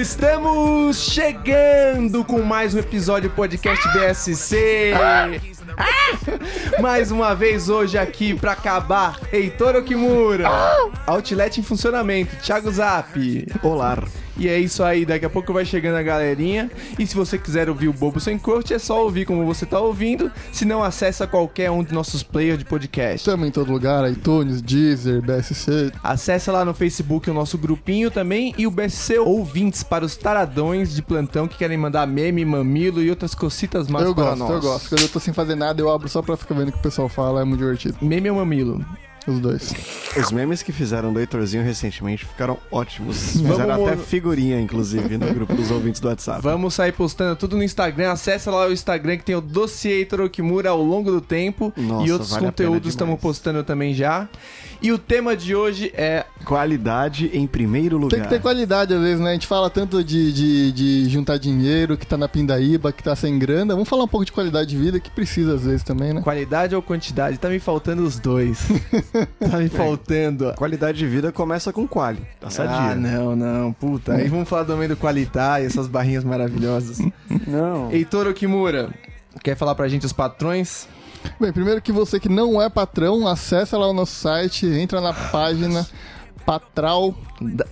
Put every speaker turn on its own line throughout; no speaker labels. Estamos chegando com mais um episódio do podcast BSC. Mais uma vez hoje aqui pra acabar, Heitor Okimura. Outlet em funcionamento, Thiago Zap. Olá. E é isso aí, daqui a pouco vai chegando a galerinha. E se você quiser ouvir o Bobo Sem Corte, é só ouvir como você tá ouvindo, se não acessa qualquer um dos nossos players de podcast.
Estamos em todo lugar, iTunes, Deezer, BSC.
Acesse lá no Facebook o nosso grupinho também e o BSC Ouvintes para os taradões de plantão que querem mandar meme, mamilo e outras cocitas mais
eu
para
gosto,
nós.
eu gosto. Quando eu tô sem fazer nada, eu abro só pra ficar vendo o que o pessoal fala, é muito divertido.
Meme ou mamilo?
Os dois.
Os memes que fizeram do Heitorzinho recentemente ficaram ótimos.
Vamos
Fizeram até
mo-
figurinha, inclusive, no grupo dos ouvintes do WhatsApp.
Vamos sair postando tudo no Instagram. Acessa lá o Instagram que tem o dossiê Heitor Okimura ao longo do tempo.
Nossa,
e outros
vale a pena
conteúdos
demais.
estamos postando também já. E o tema de hoje é
Qualidade em primeiro lugar.
Tem que ter qualidade às vezes, né? A gente fala tanto de, de, de juntar dinheiro, que tá na pindaíba, que tá sem grana. Vamos falar um pouco de qualidade de vida, que precisa às vezes também, né?
qualidade ou quantidade. Tá me faltando os dois. tá me faltando.
Qualidade de vida começa com quali. Tá
Ah,
sadia.
não, não, puta. Aí vamos falar também do Qualitá e essas barrinhas maravilhosas.
não.
Heitor Okimura, quer falar pra gente os patrões?
Bem, primeiro que você que não é patrão, acessa lá o nosso site, entra na página patral
Da-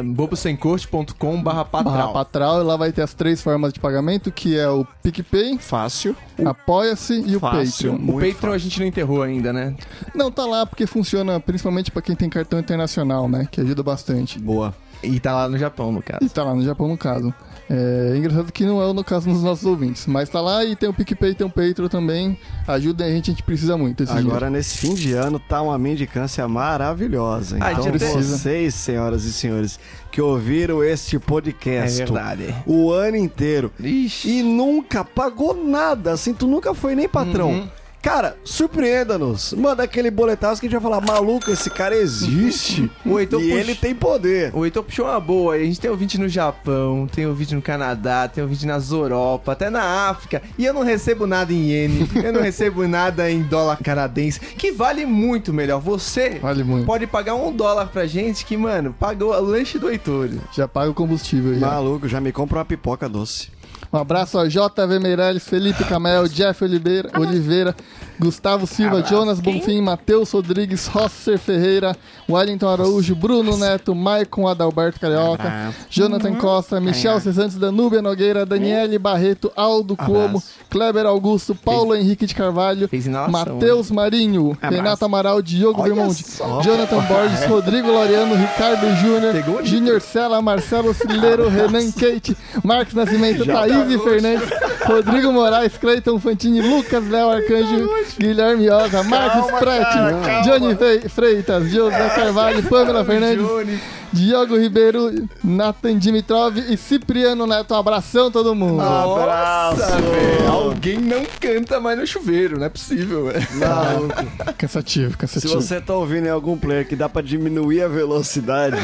bobosemcorte.com barra
barra
patrão.
patral, e lá vai ter as três formas de pagamento, que é o PicPay,
Fácil.
Apoia-se e o
Fácil.
Patreon.
O
Muito
Patreon a gente não enterrou ainda, né?
Não, tá lá porque funciona principalmente pra quem tem cartão internacional, né? Que ajuda bastante.
Boa.
E tá lá no Japão, no
E
caso.
tá lá no Japão, no caso. É engraçado que não é no caso dos nossos ouvintes, mas tá lá e tem o PicPay, tem o Patreon também. Ajudem a gente, a gente precisa muito. Esse
Agora, nesse fim de ano, tá uma mendicância maravilhosa.
Ah, a
Então,
gente até-
vocês, senhoras e senhores, que ouviram este podcast
É verdade.
o ano inteiro
Ixi.
e nunca pagou nada, assim, tu nunca foi nem patrão.
Uhum.
Cara, surpreenda-nos. Manda aquele boletaço que a gente vai falar, maluco, esse cara existe.
O Heitor
e
então puxa-
ele tem poder.
O Heitor puxou uma boa aí. A gente tem ouvinte no Japão, tem ouvinte no Canadá, tem ouvinte nas Europa, até na África. E eu não recebo nada em iene, eu não recebo nada em dólar canadense, que vale muito melhor. Você
Vale muito.
pode pagar um dólar pra gente que, mano, pagou o lanche do Heitor.
Já paga o combustível. Já.
Maluco, já me compra uma pipoca doce.
Um abraço a JV Meirelles, Felipe Camel, Jeff Oliveira, Oliveira Gustavo Silva, Jonas Bonfim, Matheus Rodrigues, Rosser Ferreira, Wellington Araújo, Bruno Neto, Maicon Adalberto Carioca, Jonathan Costa, Michel Cesantes, Danúbia Nogueira, Daniele Barreto, Aldo Como, Kleber Augusto, Paulo Henrique de Carvalho,
Fez inalação,
Matheus Marinho, Renato Amaral, Diogo Vermonte, Jonathan Borges, Rodrigo Laureano, Ricardo
Pegou
Júnior,
o
Junior Sela, Marcelo Cileiro, Renan Kate, Marcos Nascimento, Thaís Fernandes, Rodrigo Moraes, Cleiton Fantini, Lucas Léo Arcanjo, Guilherme Osa, Marcos Prete, Johnny Fe- Freitas, José Carvalho, Pamela Fernandes,
Johnny.
Diogo Ribeiro, Nathan Dimitrov e Cipriano Neto. Um abração todo mundo.
Um Nossa, velho. Alguém não canta mais no chuveiro, não é possível, velho.
Maluco.
Ah, Cansativo,
Se
cansativo.
você tá ouvindo em algum player que dá pra diminuir a velocidade,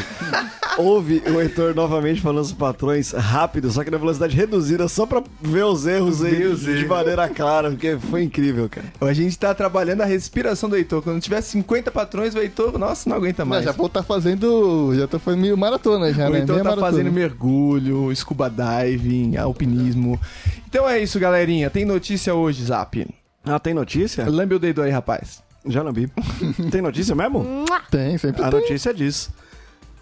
ouve o Heitor novamente falando os patrões rápido, só que na velocidade reduzida, só pra ver os erros aí
Ver os
de
erros.
maneira clara, porque foi incrível, cara.
A gente tá trabalhando a respiração do Heitor. Quando tiver 50 patrões, o Heitor, nossa, não aguenta
Mas
mais.
já vou estar fazendo. Já tô fazendo meio maratona já,
O
né?
Heitor
Meia
tá
maratona.
fazendo mergulho, scuba diving, alpinismo. Então é isso, galerinha. Tem notícia hoje, Zap.
Ah, tem notícia?
Lambe o dedo aí, rapaz.
Já não vi. tem notícia mesmo?
Tem, sempre
Ah.
A
tem.
notícia diz: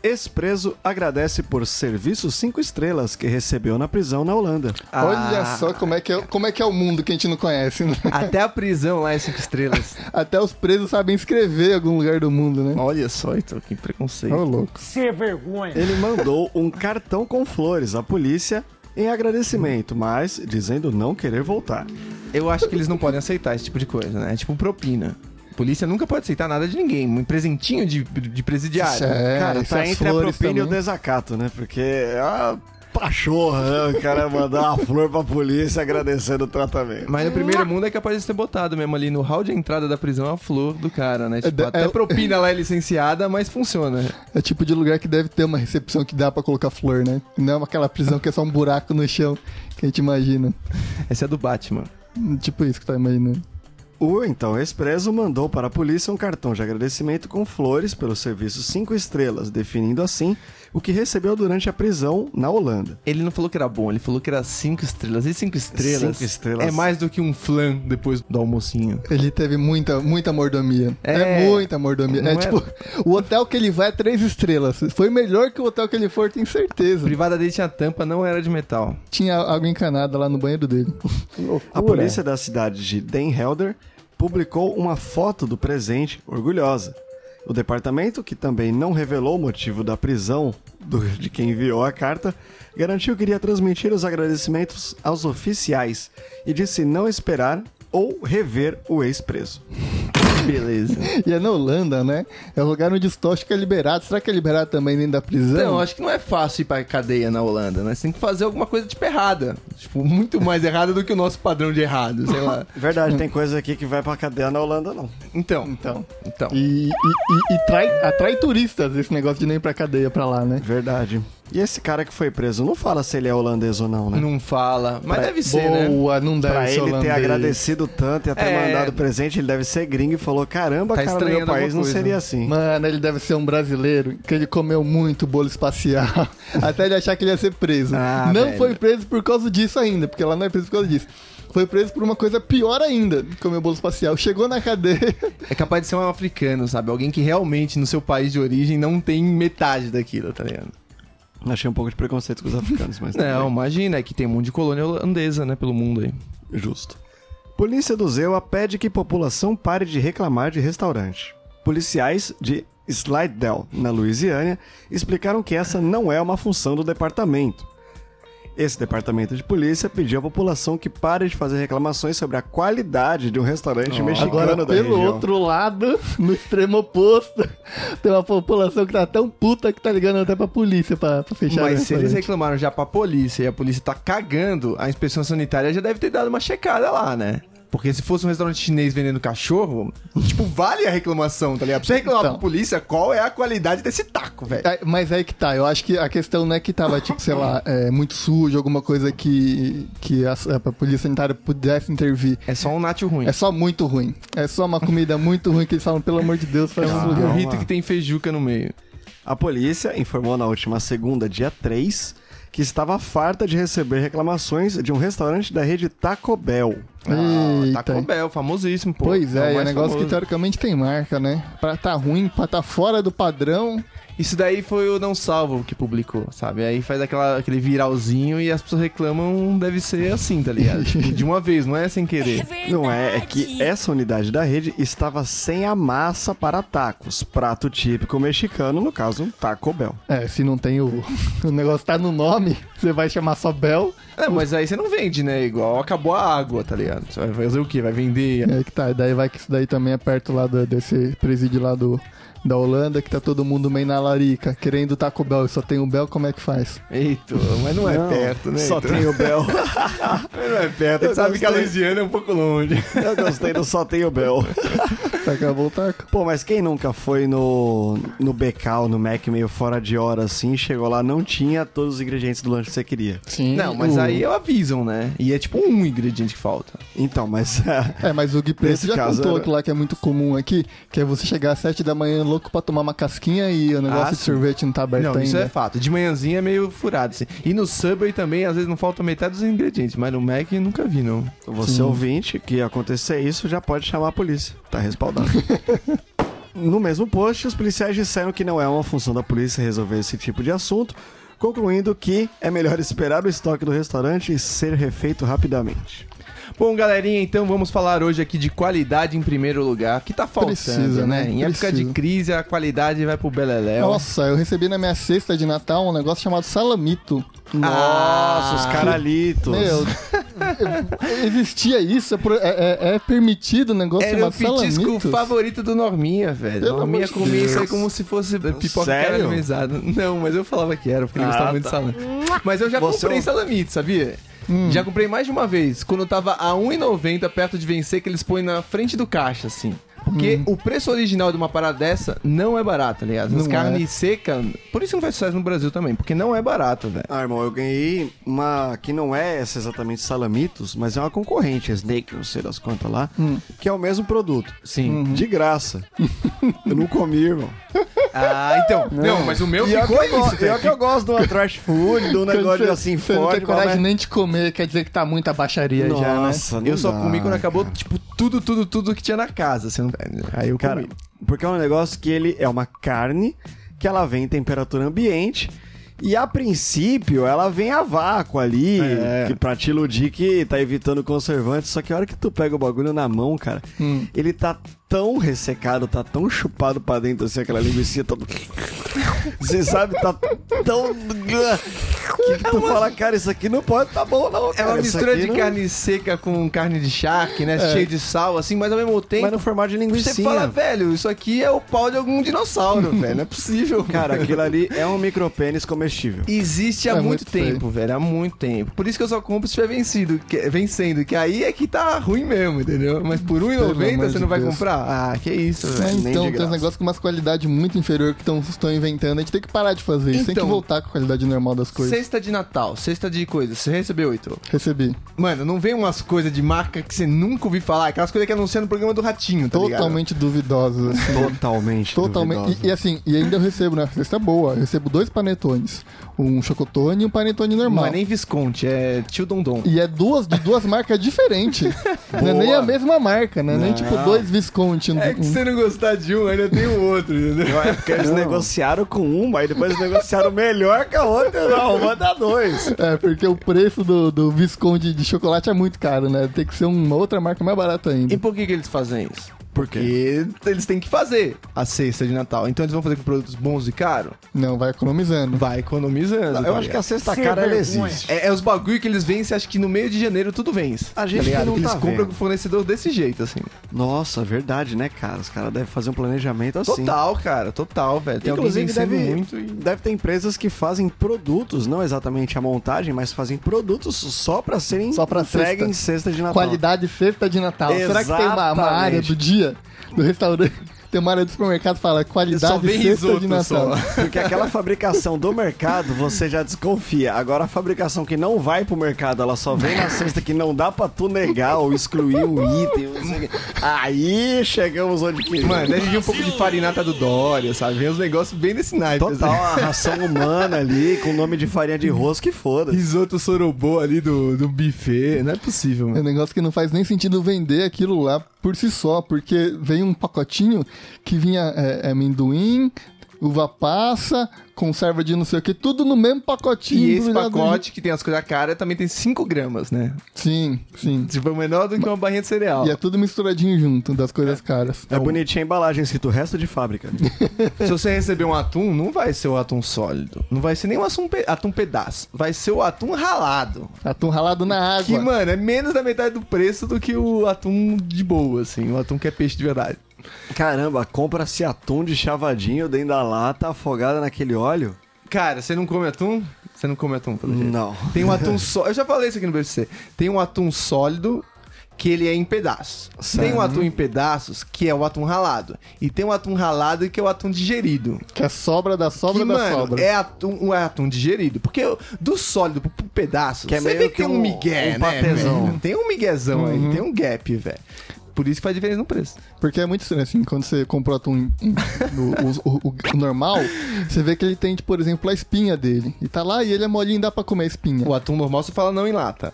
ex-preso agradece por serviços cinco estrelas que recebeu na prisão na Holanda.
Olha
Ah,
só como é, que é, como é que é o mundo que a gente não conhece, né?
Até a prisão lá é cinco estrelas.
Até os presos sabem escrever em algum lugar do mundo, né?
Olha só, Heitor, que preconceito.
Ô, louco.
Sem vergonha.
Ele mandou um cartão com flores à polícia em agradecimento, mas dizendo não querer voltar.
Eu acho que eles não podem aceitar esse tipo de coisa, né? É tipo propina. Polícia nunca pode aceitar nada de ninguém. Um presentinho de, de presidiário.
É,
Cara,
essas
tá entre a
flores
propina e o
também.
desacato, né? Porque é uma pachorra, né? O cara mandar uma flor pra polícia agradecendo o tratamento.
Mas no primeiro mundo é capaz de ter botado mesmo ali no hall de entrada da prisão a flor do cara, né? Tipo,
de-
até
é-
propina lá é licenciada, mas funciona.
É tipo de lugar que deve ter uma recepção que dá pra colocar flor, né? Não é aquela prisão que é só um buraco no chão que a gente imagina.
Essa é do Batman.
Tipo isso que tá imaginando.
O então ex-preso mandou para a polícia um cartão de agradecimento com flores pelo serviço cinco estrelas, definindo assim o que recebeu durante a prisão na Holanda.
Ele não falou que era bom, ele falou que era cinco estrelas. E cinco estrelas,
Cinco estrelas.
é mais do que um flan depois do almocinho.
Ele teve muita, muita mordomia.
É.
É, muita mordomia.
Não
é
é?
tipo, o hotel que ele vai é três estrelas. Foi melhor que o hotel que ele for, tenho
A
certeza.
privada dele tinha tampa, não era de metal.
Tinha água encanada lá no banheiro dele.
A polícia da cidade de Den Helder publicou uma foto do presente orgulhosa. O departamento, que também não revelou o motivo da prisão do- de quem enviou a carta, garantiu que iria transmitir os agradecimentos aos oficiais e disse não esperar ou rever o ex-preso.
Beleza.
E é na Holanda, né? É o lugar onde os tóxicos é liberado. Será que é liberado também dentro da prisão?
Então, acho que não é fácil ir pra cadeia na Holanda, né? Você tem que fazer alguma coisa tipo errada. Tipo, muito mais errada do que o nosso padrão de errado, sei lá.
Verdade, tem coisa aqui que vai pra cadeia na Holanda, não.
Então.
Então.
Então.
E, e, e- e trai- atrai turistas esse negócio de nem ir pra cadeia pra lá, né?
Verdade. E esse cara que foi preso, não fala se ele é holandês ou não, né?
Não fala. Mas deve ser, né?
Boa, não deve
Pra
ser
ele ter
holandês.
agradecido tanto e até
É.
mandado presente, ele deve ser gringo e falou: caramba,
Tá
cara, no meu
estranhando
país
alguma
não
coisa."
seria assim.
Mano, ele deve ser um brasileiro que ele comeu muito bolo espacial até ele achar que ele ia ser preso.
Ah,
não
velho.
foi preso por causa disso ainda, porque lá não é preso por causa disso. Foi preso por uma coisa pior ainda, comeu bolo espacial. Chegou na cadeia.
É capaz de ser um africano, sabe? Alguém que realmente no seu país de origem não tem metade daquilo, tá ligado?
Achei um pouco de preconceito com os africanos, mas. tudo
Não, imagina, é que tem um monte de colônia holandesa, né, pelo mundo aí.
bem. Justo. Polícia do Zewa pede que população pare de reclamar de restaurante. Policiais de Slidell, na Louisiana, explicaram que essa não é uma função do departamento. Esse departamento de polícia pediu à população que pare de fazer reclamações sobre a qualidade de um restaurante mexicano
Agora,
da
pelo
região.
outro lado, no extremo oposto, tem uma população que tá tão puta que tá ligando até pra polícia pra, pra fechar
Mas
o
se eles
restaurante.
reclamaram já pra polícia e a polícia tá cagando, a inspeção sanitária já deve ter dado uma checada lá, né? Porque se fosse um restaurante chinês vendendo cachorro, tipo, vale a reclamação, tá ligado? Pra você reclamar
Então.
pra polícia qual é a qualidade desse taco, velho.
Aí- Mas aí que tá, eu acho que a questão não é que tava, tipo, sei lá, é, muito sujo, alguma coisa que, que a, a polícia sanitária pudesse intervir.
É só um nacho ruim.
É só muito ruim. É só uma comida muito ruim que eles falam, pelo amor de Deus, faz um
um
lugar.
burrito que tem feijuca no meio.
A polícia informou na última segunda, dia 3, que estava farta de receber reclamações de um restaurante da rede Taco Bell.
Ah, Taco Bell, famosíssimo, pô.
Pois
o
é, é um
mais
negócio
famoso.
que teoricamente tem marca, né? Pra tá ruim, pra tá fora do padrão.
Isso daí foi o Não Salvo que publicou, sabe? Aí faz aquela, aquele viralzinho e as pessoas reclamam, deve ser assim, tá ligado? Tipo, de uma vez, não é sem querer.
Não é, é que essa unidade da rede estava sem a massa para tacos, prato típico mexicano, no caso, um Taco Bell.
É, se não tem o. O negócio tá no nome, você vai chamar só Bel.
É, mas aí você não vende, né? Igual acabou a água, tá ligado? Você vai fazer o quê? Vai vender.
É que tá, daí vai que isso daí também é perto lá do- desse presídio lá do. Da Holanda, que tá todo mundo meio na larica, querendo Taco Bell, e só tem o Bel, como é que faz?
Eita, mas não é perto, né?
Só
Heitor?
tem o Bell.
Não é perto.
Eu
Você sabe que a
gostei.
Louisiana é um pouco longe.
Eu gostei do Só tem o Bell.
Tá acabou o taco.
Pô, mas quem nunca foi no, no BK ou no Mac meio fora de hora assim, chegou lá, não tinha todos os ingredientes do lanche que você queria.
Sim.
Não, mas
o-
aí eu avisam, né? E é tipo um ingrediente que falta.
Então, mas.
É, mas o Gui Preto
Nesse
já
caso,
contou
era-
que lá que é muito comum aqui, que é você chegar às 7 da manhã louco pra tomar uma casquinha e o negócio
Ah,
de
sim.
sorvete não tá aberto
não,
ainda.
isso é fato. De manhãzinha é meio furado, assim. E no Subway também, às vezes, não falta metade dos ingredientes. Mas no Mac eu nunca vi, não.
Você ouvinte que acontecer isso já pode chamar a polícia. Tá respaldado. no mesmo post, os policiais disseram que não é uma função da polícia resolver esse tipo de assunto, concluindo que é melhor esperar o estoque do restaurante e ser refeito rapidamente.
Bom, galerinha, então vamos falar hoje aqui de qualidade em primeiro lugar, que tá faltando,
Precisa,
né?
né?
Em época de
Precisa.
crise, a qualidade vai pro Beleléu.
Nossa, eu recebi na minha cesta de Natal um negócio chamado salamito.
Nossa, os
Ah.
caralitos.
Meu, existia isso? É, pro- é- é- é permitido um negócio
Era o
chamado
petisco
salamito?
favorito do Norminha, velho.
Pelo
Norminha
amor de
comia isso aí
Deus.
como se fosse pipoca
Sério?
caramelizada. Não, mas eu falava que era, porque ele
Ah,
gostava muito de
tá.
salame. Mas eu já
Você
comprei
é um-
salamito, sabia?
Hum.
Já comprei mais de uma vez, quando eu tava a 1,90 perto de vencer, que eles põem na frente do caixa, assim. Porque
Hum.
o preço original de uma parada dessa não é barato, aliás. As
Não é.
carnes secas, por isso não faz sucesso no Brasil também, porque não é barato, velho.
Ah, irmão, eu ganhei uma que não é essa exatamente salamitos, mas é uma concorrente, a Snake, não sei das quantas
Hum.
lá, que é o mesmo produto.
Sim.
De graça. eu não comi, irmão.
Ah, então. Não, mas o meu
E é
ficou
que eu
isso,
go- e é
velho.
que eu gosto de uma trash food, de um negócio assim
você não
forte.
tem coragem
mas-
nem de comer, quer dizer que tá muita baixaria já, né?
Nossa, não
Eu só
dá,
comi quando acabou, tipo, tudo, tudo, tudo que tinha na casa. Você não... Aí eu
Cara,
comi.
porque é um negócio que ele é uma carne que ela vem em temperatura ambiente e a princípio ela vem a vácuo ali,
É.
que pra te iludir que tá evitando conservantes, só que a hora que tu pega o bagulho na mão, cara,
Hum.
ele tá tão ressecado, tá tão chupado pra dentro assim, aquela linguiça tá... Você sabe, tá tão... Que, que tu fala, cara, isso aqui não pode tá bom não,
É
cara,
uma
isso
mistura
aqui
de
não-
carne seca com carne de charque, né?
É.
Cheio de sal, assim, mas ao mesmo
Mas no
tempo.
formato de linguiça.
Você fala, velho, isso aqui é o pau de algum dinossauro, velho. Não é possível.
Cara, aquilo ali é um micropênis comestível.
Existe há
É
muito,
muito feio.
tempo, velho. Há muito tempo. Por isso que eu só compro se tiver vencido, que- vencendo. Que aí é que tá ruim mesmo, entendeu? Mas por
Pelo amor
1,90 você
de
não vai
Deus.
comprar? Ah, que isso,
Mas
velho.
então,
nem de
tem uns
graça.
negócios com umas qualidades muito inferior que estão inventando. A gente tem que parar de fazer isso. Tem
Então.
que voltar com a qualidade normal das coisas.
Sexta de Natal, sexta de coisa. Você recebeu oito.
Recebi.
Mano, não vem umas coisas de marca que você nunca ouviu falar. Aquelas coisas que anunciam no programa do Ratinho, tá ligado?
Totalmente duvidosas. assim.
Totalmente.
Totalmente.
duvidosa.
E, e assim, e ainda eu recebo, né? Cesta boa. Eu recebo dois panetones. Um chocotone e um panetone
Não
normal.
é nem Visconde, é Tio Dondon.
E é duas de duas marcas diferentes. não é nem a mesma marca, né? Nem tipo dois Visconti. um-
É que se você não gostar de um, ainda tem o outro, entendeu?
É porque eles negociaram com uma, aí depois negociaram melhor que a outra. Não, manda dois.
É, porque o preço do, do Visconde de chocolate é muito caro, né? Tem que ser uma outra marca mais barata ainda.
E por que, que eles fazem isso?
Por
Porque eles têm que fazer a cesta de Natal. Então eles vão fazer com produtos bons e caros?
Não, vai economizando.
Vai economizando. tá
Eu acho que a sexta
Sem
cara ela
vergonha.
existe.
É, é os bagulho que eles vencem, acho que no meio de janeiro tudo vence.
A gente
tá
que
ligado?
não
Eles
tá
compram
vendo.
com o fornecedor desse jeito, assim.
Nossa, verdade, né, cara? Os caras devem fazer um planejamento assim.
Total, cara, total, velho. Tem
Inclusive,
alguém vencendo
deve,
muito e...
deve ter empresas que fazem produtos, não exatamente a montagem, mas fazem produtos só pra serem
Só pra
entregues
sexta.
em cesta de Natal.
Qualidade sexta de Natal. Será que tem uma, uma
Exatamente.
área do dia, do restaurante, tem uma área do supermercado que fala
Só
qualidade
vem
sexta de
risoto
Natal?
só.
Porque aquela fabricação do mercado, você já desconfia. Agora, a fabricação que não vai pro mercado, ela só vem na cesta que não dá pra tu negar ou excluir um item. ou não sei o quê. Aí chegamos onde que...
Mano, deve vir um pouco de farinata do Dória, sabe? Vem os negócios bem nesse naipe.
Total,
assim.
a ração humana ali, com o nome de farinha de rosto, que É foda.
Risoto sorobô ali do, do buffet. Não é possível,
É um
mano.
negócio que não faz nem sentido vender aquilo lá por si só, porque vem um pacotinho que vinha é, amendoim, uva passa, conserva de não sei o que, tudo no mesmo pacotinho.
E esse
embrulhado
pacote que tem as coisas caras também tem 5 gramas, né?
junto. Sim, sim.
Tipo, é menor do que uma barrinha de cereal.
E é tudo misturadinho junto, das coisas caras.
É bonitinha a embalagem, escrito resto de fábrica.
Se você receber um atum, não vai ser o atum sólido. Não vai ser nem um atum, pe- atum pedaço. Vai ser o atum ralado.
Atum ralado na água.
Que, mano, é menos da metade do preço do que o atum de boa, assim. O atum que é peixe de verdade.
Caramba, compra-se atum de chavadinho dentro da lata, afogada naquele óleo?
Cara, você não come atum? Você não come atum, pelo jeito.
Não.
Tem um atum só. Eu já falei isso aqui no BFC. Tem um atum sólido que ele é em pedaços. Tem um atum em pedaços que é o atum ralado. E tem um atum ralado que é o atum digerido.
Que é sobra da sobra
Que,
da
mano,
sobra.
é atum, é atum digerido. Porque eu- do sólido pro, pro pedaço,
Que é
você
meio
vê que
que
tem um
um-
migué,
um Uhum.
né?
patezão.
velho? Tem um miguezão aí, tem um gap, velho. Por isso que faz diferença no preço.
Porque é muito estranho, assim, quando você compra o atum em- em- no, o, o- o normal, você vê que ele tem, tipo, por exemplo, a espinha dele. E tá lá e ele é molinho, dá pra comer a espinha.
O atum normal você fala não em lata.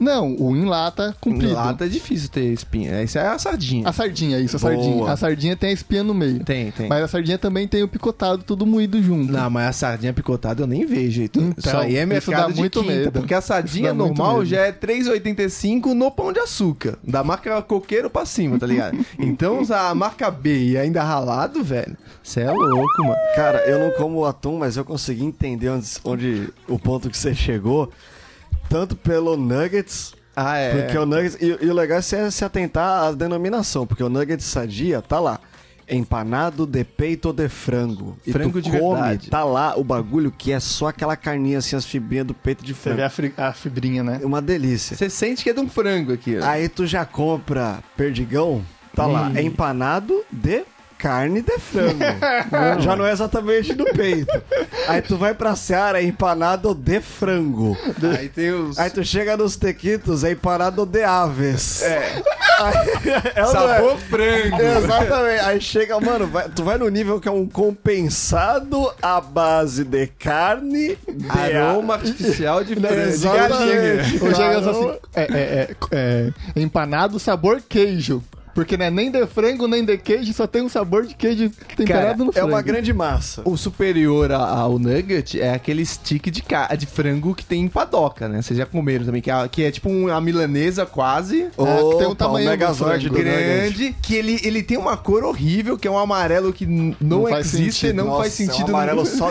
Não, o em lata,
Em
comprido.
lata é difícil ter espinha. Isso é a sardinha.
A sardinha, isso, a
Boa.
sardinha. A sardinha tem a espinha no meio.
Tem, tem.
Mas a sardinha também tem o picotado, tudo moído junto.
Não, mas a sardinha picotada eu nem vejo, Heitor.
Então,
isso aí é
isso
mercado
dá
de
muito
quinta,
medo.
porque a sardinha
Isso dá muito
normal
medo.
já é 3,85 no pão de açúcar, da marca coqueiro pra cima, tá ligado? então, a marca B e ainda ralado, velho, você é louco, mano.
Cara, eu não como atum, mas eu consegui entender onde, onde- o ponto que você chegou. Tanto pelo Nuggets,
Ah, é.
porque o Nuggets. E, e o legal é você se atentar à denominação, porque o Nuggets sadia tá lá. Empanado de peito de frango. E
Frango
tu
de
come,
verdade.
tá lá o bagulho que é só aquela carninha assim, as fibrinhas do peito de
Você vê
frango.
a, fri- a fibrinha, né?
É uma delícia.
Você sente que é de um frango aqui. ó.
Aí tu já compra perdigão, tá lá. É empanado de carne de frango. Já não é exatamente do peito. Aí tu vai pra Seara, é empanado de frango.
Aí tem os
Aí tu chega nos tequitos, é empanado de aves. É. é ou não é?
sabor frango.
Exatamente. Aí chega, mano, vai- tu vai no nível que é um compensado à base de carne, de
Aroma artificial de frango.
Exatamente.
galinha.
Hoje é
Claro.
assim, é, é, é, é empanado sabor queijo. Porque não é nem de frango, nem de queijo, só tem um sabor de queijo temperado no
É
frango.
uma grande massa.
O superior a- ao nugget é aquele stick de, ca- de frango que tem em padoca, né? Vocês já comeram também, que é, que é tipo uma milanesa quase.
É, que tem um
Opa,
tamanho do
megazord
frango. né,
do nugget.
grande, que ele, ele tem uma cor horrível, que é um amarelo que n- não,
Não faz
existe,
sentido.
não
Nossa,
faz sentido.
É um amarelo
nenhum.
só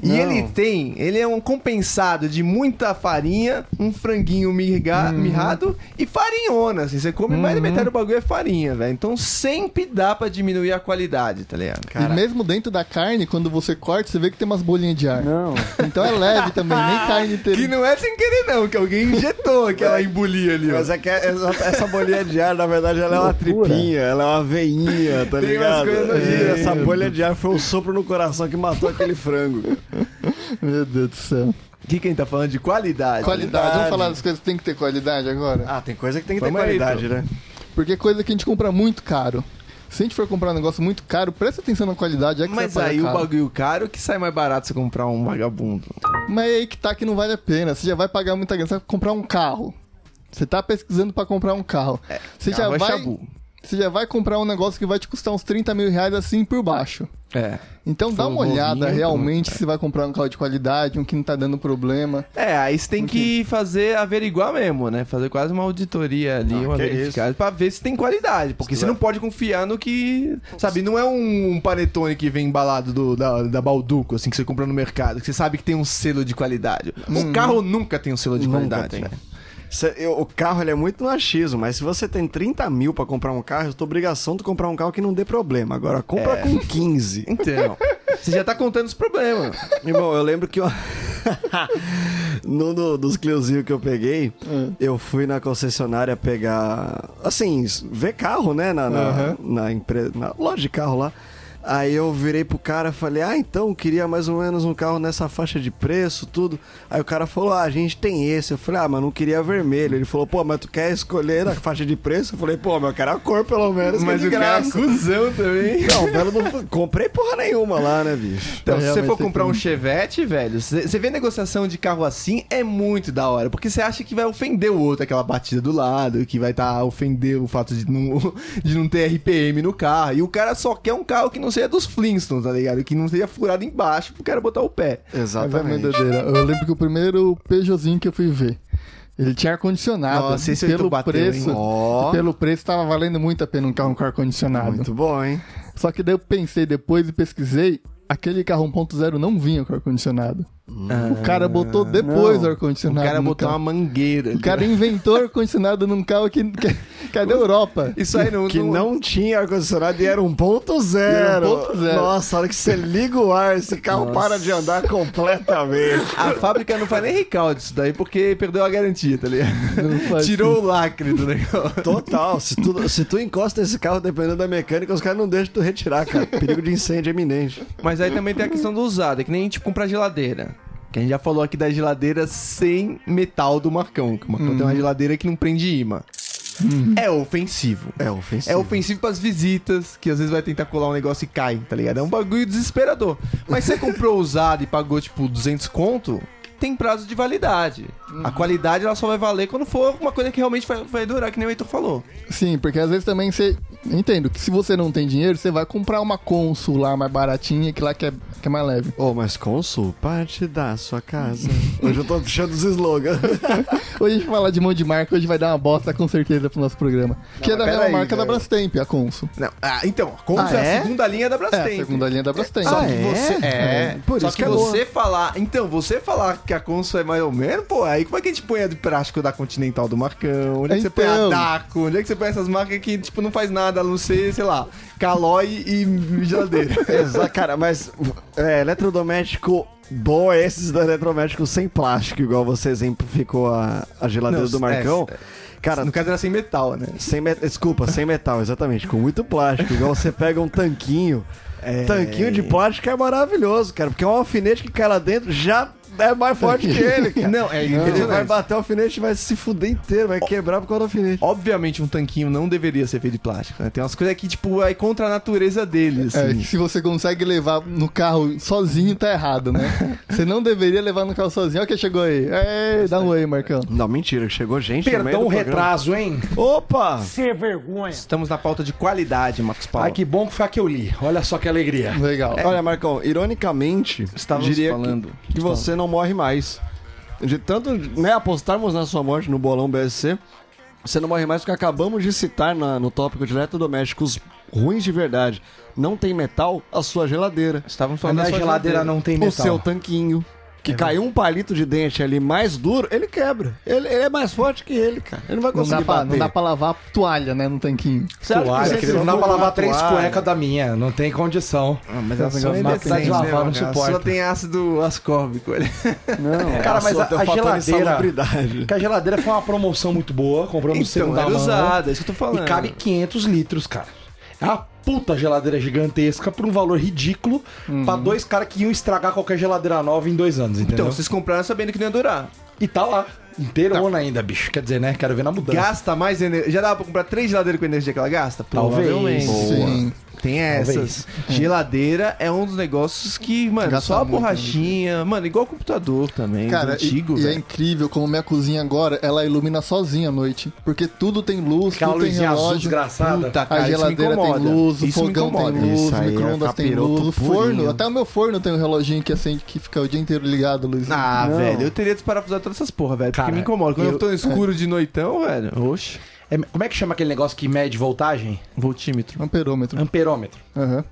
E
Não.
ele tem, ele é um compensado de muita farinha, um franguinho mirga,
Uhum.
mirrado e farinhona. Assim, você come mais da metade do bagulho é farinha, velho. Então sempre dá pra diminuir a qualidade, tá ligado?
E
Cara,
mesmo dentro da carne, quando você corta, você vê que tem umas bolinhas de ar.
Não.
Então é leve também, nem carne
Que
inteira.
não é sem querer, não, que alguém injetou aquela embolia ali, ó.
Mas é que essa, essa bolinha de ar, na verdade, ela é uma
Loucura.
tripinha, ela é uma veinha,
Tem
tá
umas
ligado? É.
coisas assim. nojentas.
Essa bolha de ar foi um sopro no coração que matou aquele frango.
Meu Deus do céu.
Aqui quem tá falando de qualidade.
Qualidade. Vamos falar das coisas que tem que ter qualidade agora?
Ah, tem coisa que tem que
Vamos
ter
aí,
qualidade, né?
Porque é coisa que a gente compra muito caro. Se a gente for comprar um negócio muito caro, presta atenção na qualidade. É que
Mas
você vai
aí
pagar
o
caro.
bagulho caro é que sai mais barato você comprar um vagabundo.
Mas é aí que tá que não vale a pena. Você já vai pagar muita grana. Você vai comprar um carro. Você tá pesquisando pra comprar um carro. você,
carro é
já vai,
chabu.
você já vai comprar um negócio que vai te custar uns 30 mil reais assim por baixo.
É.
Então dá
um
uma olhada
novinho,
realmente se vai comprar um carro de qualidade, um que não tá dando problema.
É, aí você tem que fazer, averiguar mesmo, né? Fazer quase uma auditoria ali, uma
que
verificada, pra ver se tem qualidade. Porque você não pode confiar no que. Sabe, não é um panetone que vem embalado do, da, da Balduco, assim, que você compra no mercado, que você sabe que tem um selo de qualidade. O carro nunca tem um selo de
Nunca
qualidade,
tem.
né?
Cê- eu- o carro ele é muito no achismo, mas se você tem 30 mil pra comprar um carro, é tua obrigação de comprar um carro que não dê problema. Agora, compra com 15.
Então, você já tá contando os problemas.
Irmão, eu lembro que eu... Num do- dos Cleuzinho que eu peguei, eu fui na concessionária pegar. Assim, s- ver carro, né? Na, na, na empresa, na loja de carro lá. Aí eu virei pro cara e falei: Ah, então eu queria mais ou menos um carro nessa faixa de preço, tudo. Aí o cara falou: Ah, a gente tem esse. Eu falei: Ah, mas não queria vermelho. Ele falou: Pô, mas tu quer escolher a faixa de preço? Eu falei: Pô, mas eu quero a cor pelo menos. que é
Mas
de
o cara é
graça."
cuzão também.
Não, velho, não comprei porra nenhuma lá, né, bicho?
Então,
É,
se você
realmente
for
tem
comprar
que-
um Chevette, velho, você você vê negociação de carro assim, é muito da hora. Porque você acha que vai ofender o outro, aquela batida do lado, que vai estar ofender o fato de não, de não ter RPM no carro. E o cara só quer um carro que não seja dos Flintstones, tá ligado? Que não seja furado embaixo pro cara botar o pé.
Mas é
Exatamente.
verdadeira. Eu lembro que o primeiro Peugeotzinho que eu fui ver. Ele tinha ar-condicionado.
Nossa, esse
pelo
oito bateu,
preço,
hein?
Ó.
Pelo preço, tava valendo muito a pena um carro com ar-condicionado.
Muito bom, hein?
Só que daí eu pensei depois e pesquisei. Aquele carro 1.0 não vinha com ar-condicionado. o cara botou depois o
O
ar-condicionado.
cara
no
botar uma
carro.
mangueira. ali.
O cara inventou ar-condicionado num carro que, que, que é da Europa.
Isso aí não.
Que não tinha ar-condicionado e era 1.0.
1.0.
Nossa, a hora que você liga o ar, esse carro para de andar completamente.
A fábrica não faz nem recalde isso daí porque perdeu a garantia, tá ligado?
Não faz
Tirou o lacre do negócio.
Total. Se tu, se tu encosta esse carro, dependendo da mecânica, os caras não deixam tu retirar, cara. Perigo de incêndio iminente.
Mas aí também tem a questão do usado, é que nem tipo comprar geladeira. Que a gente já falou aqui da geladeira sem metal do Marcão. Que o Marcão tem uma geladeira que não prende imã. É ofensivo.
É ofensivo.
É ofensivo pras visitas, que às vezes vai tentar colar um negócio e cai, tá ligado? É um bagulho desesperador. Mas você comprou usado e pagou, tipo, 200 conto, tem prazo de validade. A qualidade, ela só vai valer quando for uma coisa que realmente vai, vai durar, que nem o Heitor falou.
Sim, porque às vezes também você. Entendo que se você não tem dinheiro, você vai comprar uma Consul lá mais baratinha, que lá que é, que é mais leve.
Ô, mas Consul, parte da sua casa. Hoje eu tô puxando os slogans.
Hoje a gente fala de mão de marca, hoje vai dar uma bosta com certeza pro nosso programa. que é da
mas
mesma
peraí,
marca da
velho.
Brastemp, a Consul.
Não, ah, então, como
Ah,
é a
é?
segunda linha da
É,
Brastemp.
a segunda linha da Brastemp.
Ah,
que
é?
você- é.
É. Por
Só
isso
que,
que é boa.
você falar. Então, você falar que a Consul é mais ou menos, pô, aí como é que a gente põe a de prático da Continental do Marcão? Onde é que você põe a
Então.
Daco? Onde é que você põe essas marcas que, tipo, não faz nada, a não ser, sei lá, Calói e geladeira.
Exa- cara, mas é, eletrodoméstico bom é esses da eletrodoméstico sem plástico, igual você exemplificou a, a geladeira
Não,
do Marcão.
é,
Cara,
No caso era sem metal, né?
sem met... desculpa, sem metal, exatamente, com muito plástico. Igual você pega um tanquinho. Tanquinho de plástico é maravilhoso, cara, porque é um alfinete que cai lá dentro já é mais forte que ele, cara.
Não, é
Ele vai
impressionante.
bater o alfinete e vai se fuder inteiro, vai quebrar por causa do alfinete.
Obviamente um tanquinho não deveria ser feito de plástico, né? Tem umas coisas que, tipo, vai contra a natureza dele,
É,
assim.
que se você consegue levar no carro sozinho, tá errado, né? Você não deveria levar no carro sozinho. Olha quem chegou aí. Ei, dá um oi, Marcão.
Não, mentira, chegou gente no meio
Perdão
do
o
programa.
retraso, hein?
um Opa!
Sem vergonha.
Estamos na pauta de qualidade, Max Paulo.
Ah, que bom que foi a que eu li. Olha só que alegria.
Legal.
Olha, Marcão, ironicamente,
Estávamos
diria
falando.
que, que você não morre mais. De tanto né, apostarmos na sua morte no bolão BSC, você não morre mais porque acabamos de citar na- no tópico de eletrodomésticos ruins de verdade. Não tem metal a sua geladeira.
Estávamos
A
falando
minha
da sua
geladeira não tem
O
metal. É
seu tá- tanquinho. Que caiu um palito de dente ali mais duro, ele quebra. Ele, ele é mais forte que ele, cara. Ele não vai
Não
conseguir
dá, pra,
bater.
não dá pra lavar toalha, né, no tanquinho.
Você acha que
Toalha,
você-
querido, não dá pra
for
lavar
lavar
três
toalha-
cuecas da minha, não tem condição.
mas
ela só é independente,
de
né,
lavar, não
cara?
suporta.
Só
tem ácido ascórbico. né?
Não,
Cara, mas
só
a-
tem um
a
fator
geladeira-
insalubridade.
Porque a geladeira foi uma promoção muito boa, compramos
Então,
segunda
era
mão.
usada, é isso que eu tô
E
falando.
cabe 500 litros, cara. É uma puta geladeira gigantesca por um valor ridículo pra dois caras que iam estragar qualquer geladeira nova em dois anos,
Então,
entendeu?
vocês compraram sabendo que não ia durar.
E tá lá, inteirona ainda, bicho. Quer dizer, né? Quero ver na mudança.
Gasta mais energia. Já dá pra comprar três geladeiras com a energia que ela gasta?
Talvez.
Provavelmente.
Boa.
Sim.
Tem essas. Geladeira é um dos negócios que, mano,
Gasta
só a
muito,
borrachinha. Mano, igual computador também.
Cara, e,
antigo,
e é
velho.
incrível como minha cozinha agora, ela ilumina sozinha à noite. Porque tudo tem luz,
Aquela
tudo tem
luzinha azul
relógio.
desgraçada.
Puta,
a
cara,
geladeira
isso me
tem
incomoda.
luz,
isso
o
me
fogão tem
incomoda.
luz,
Isso
o
aí é
micro-ondas tem
capiroto
luz, o
purinho.
forno, até o meu forno tem um reloginho que acende, que fica o dia inteiro ligado, Luiz.
Ah,
Não.
velho, eu teria desparafusado todas essas porra, velho.
Cara,
porque me incomoda. Quando eu,
eu-
tô no escuro de noitão, velho. Oxe,
É, como é que chama aquele negócio que mede voltagem?
voltímetro.
Amperômetro.
Amperômetro.
É um Aham.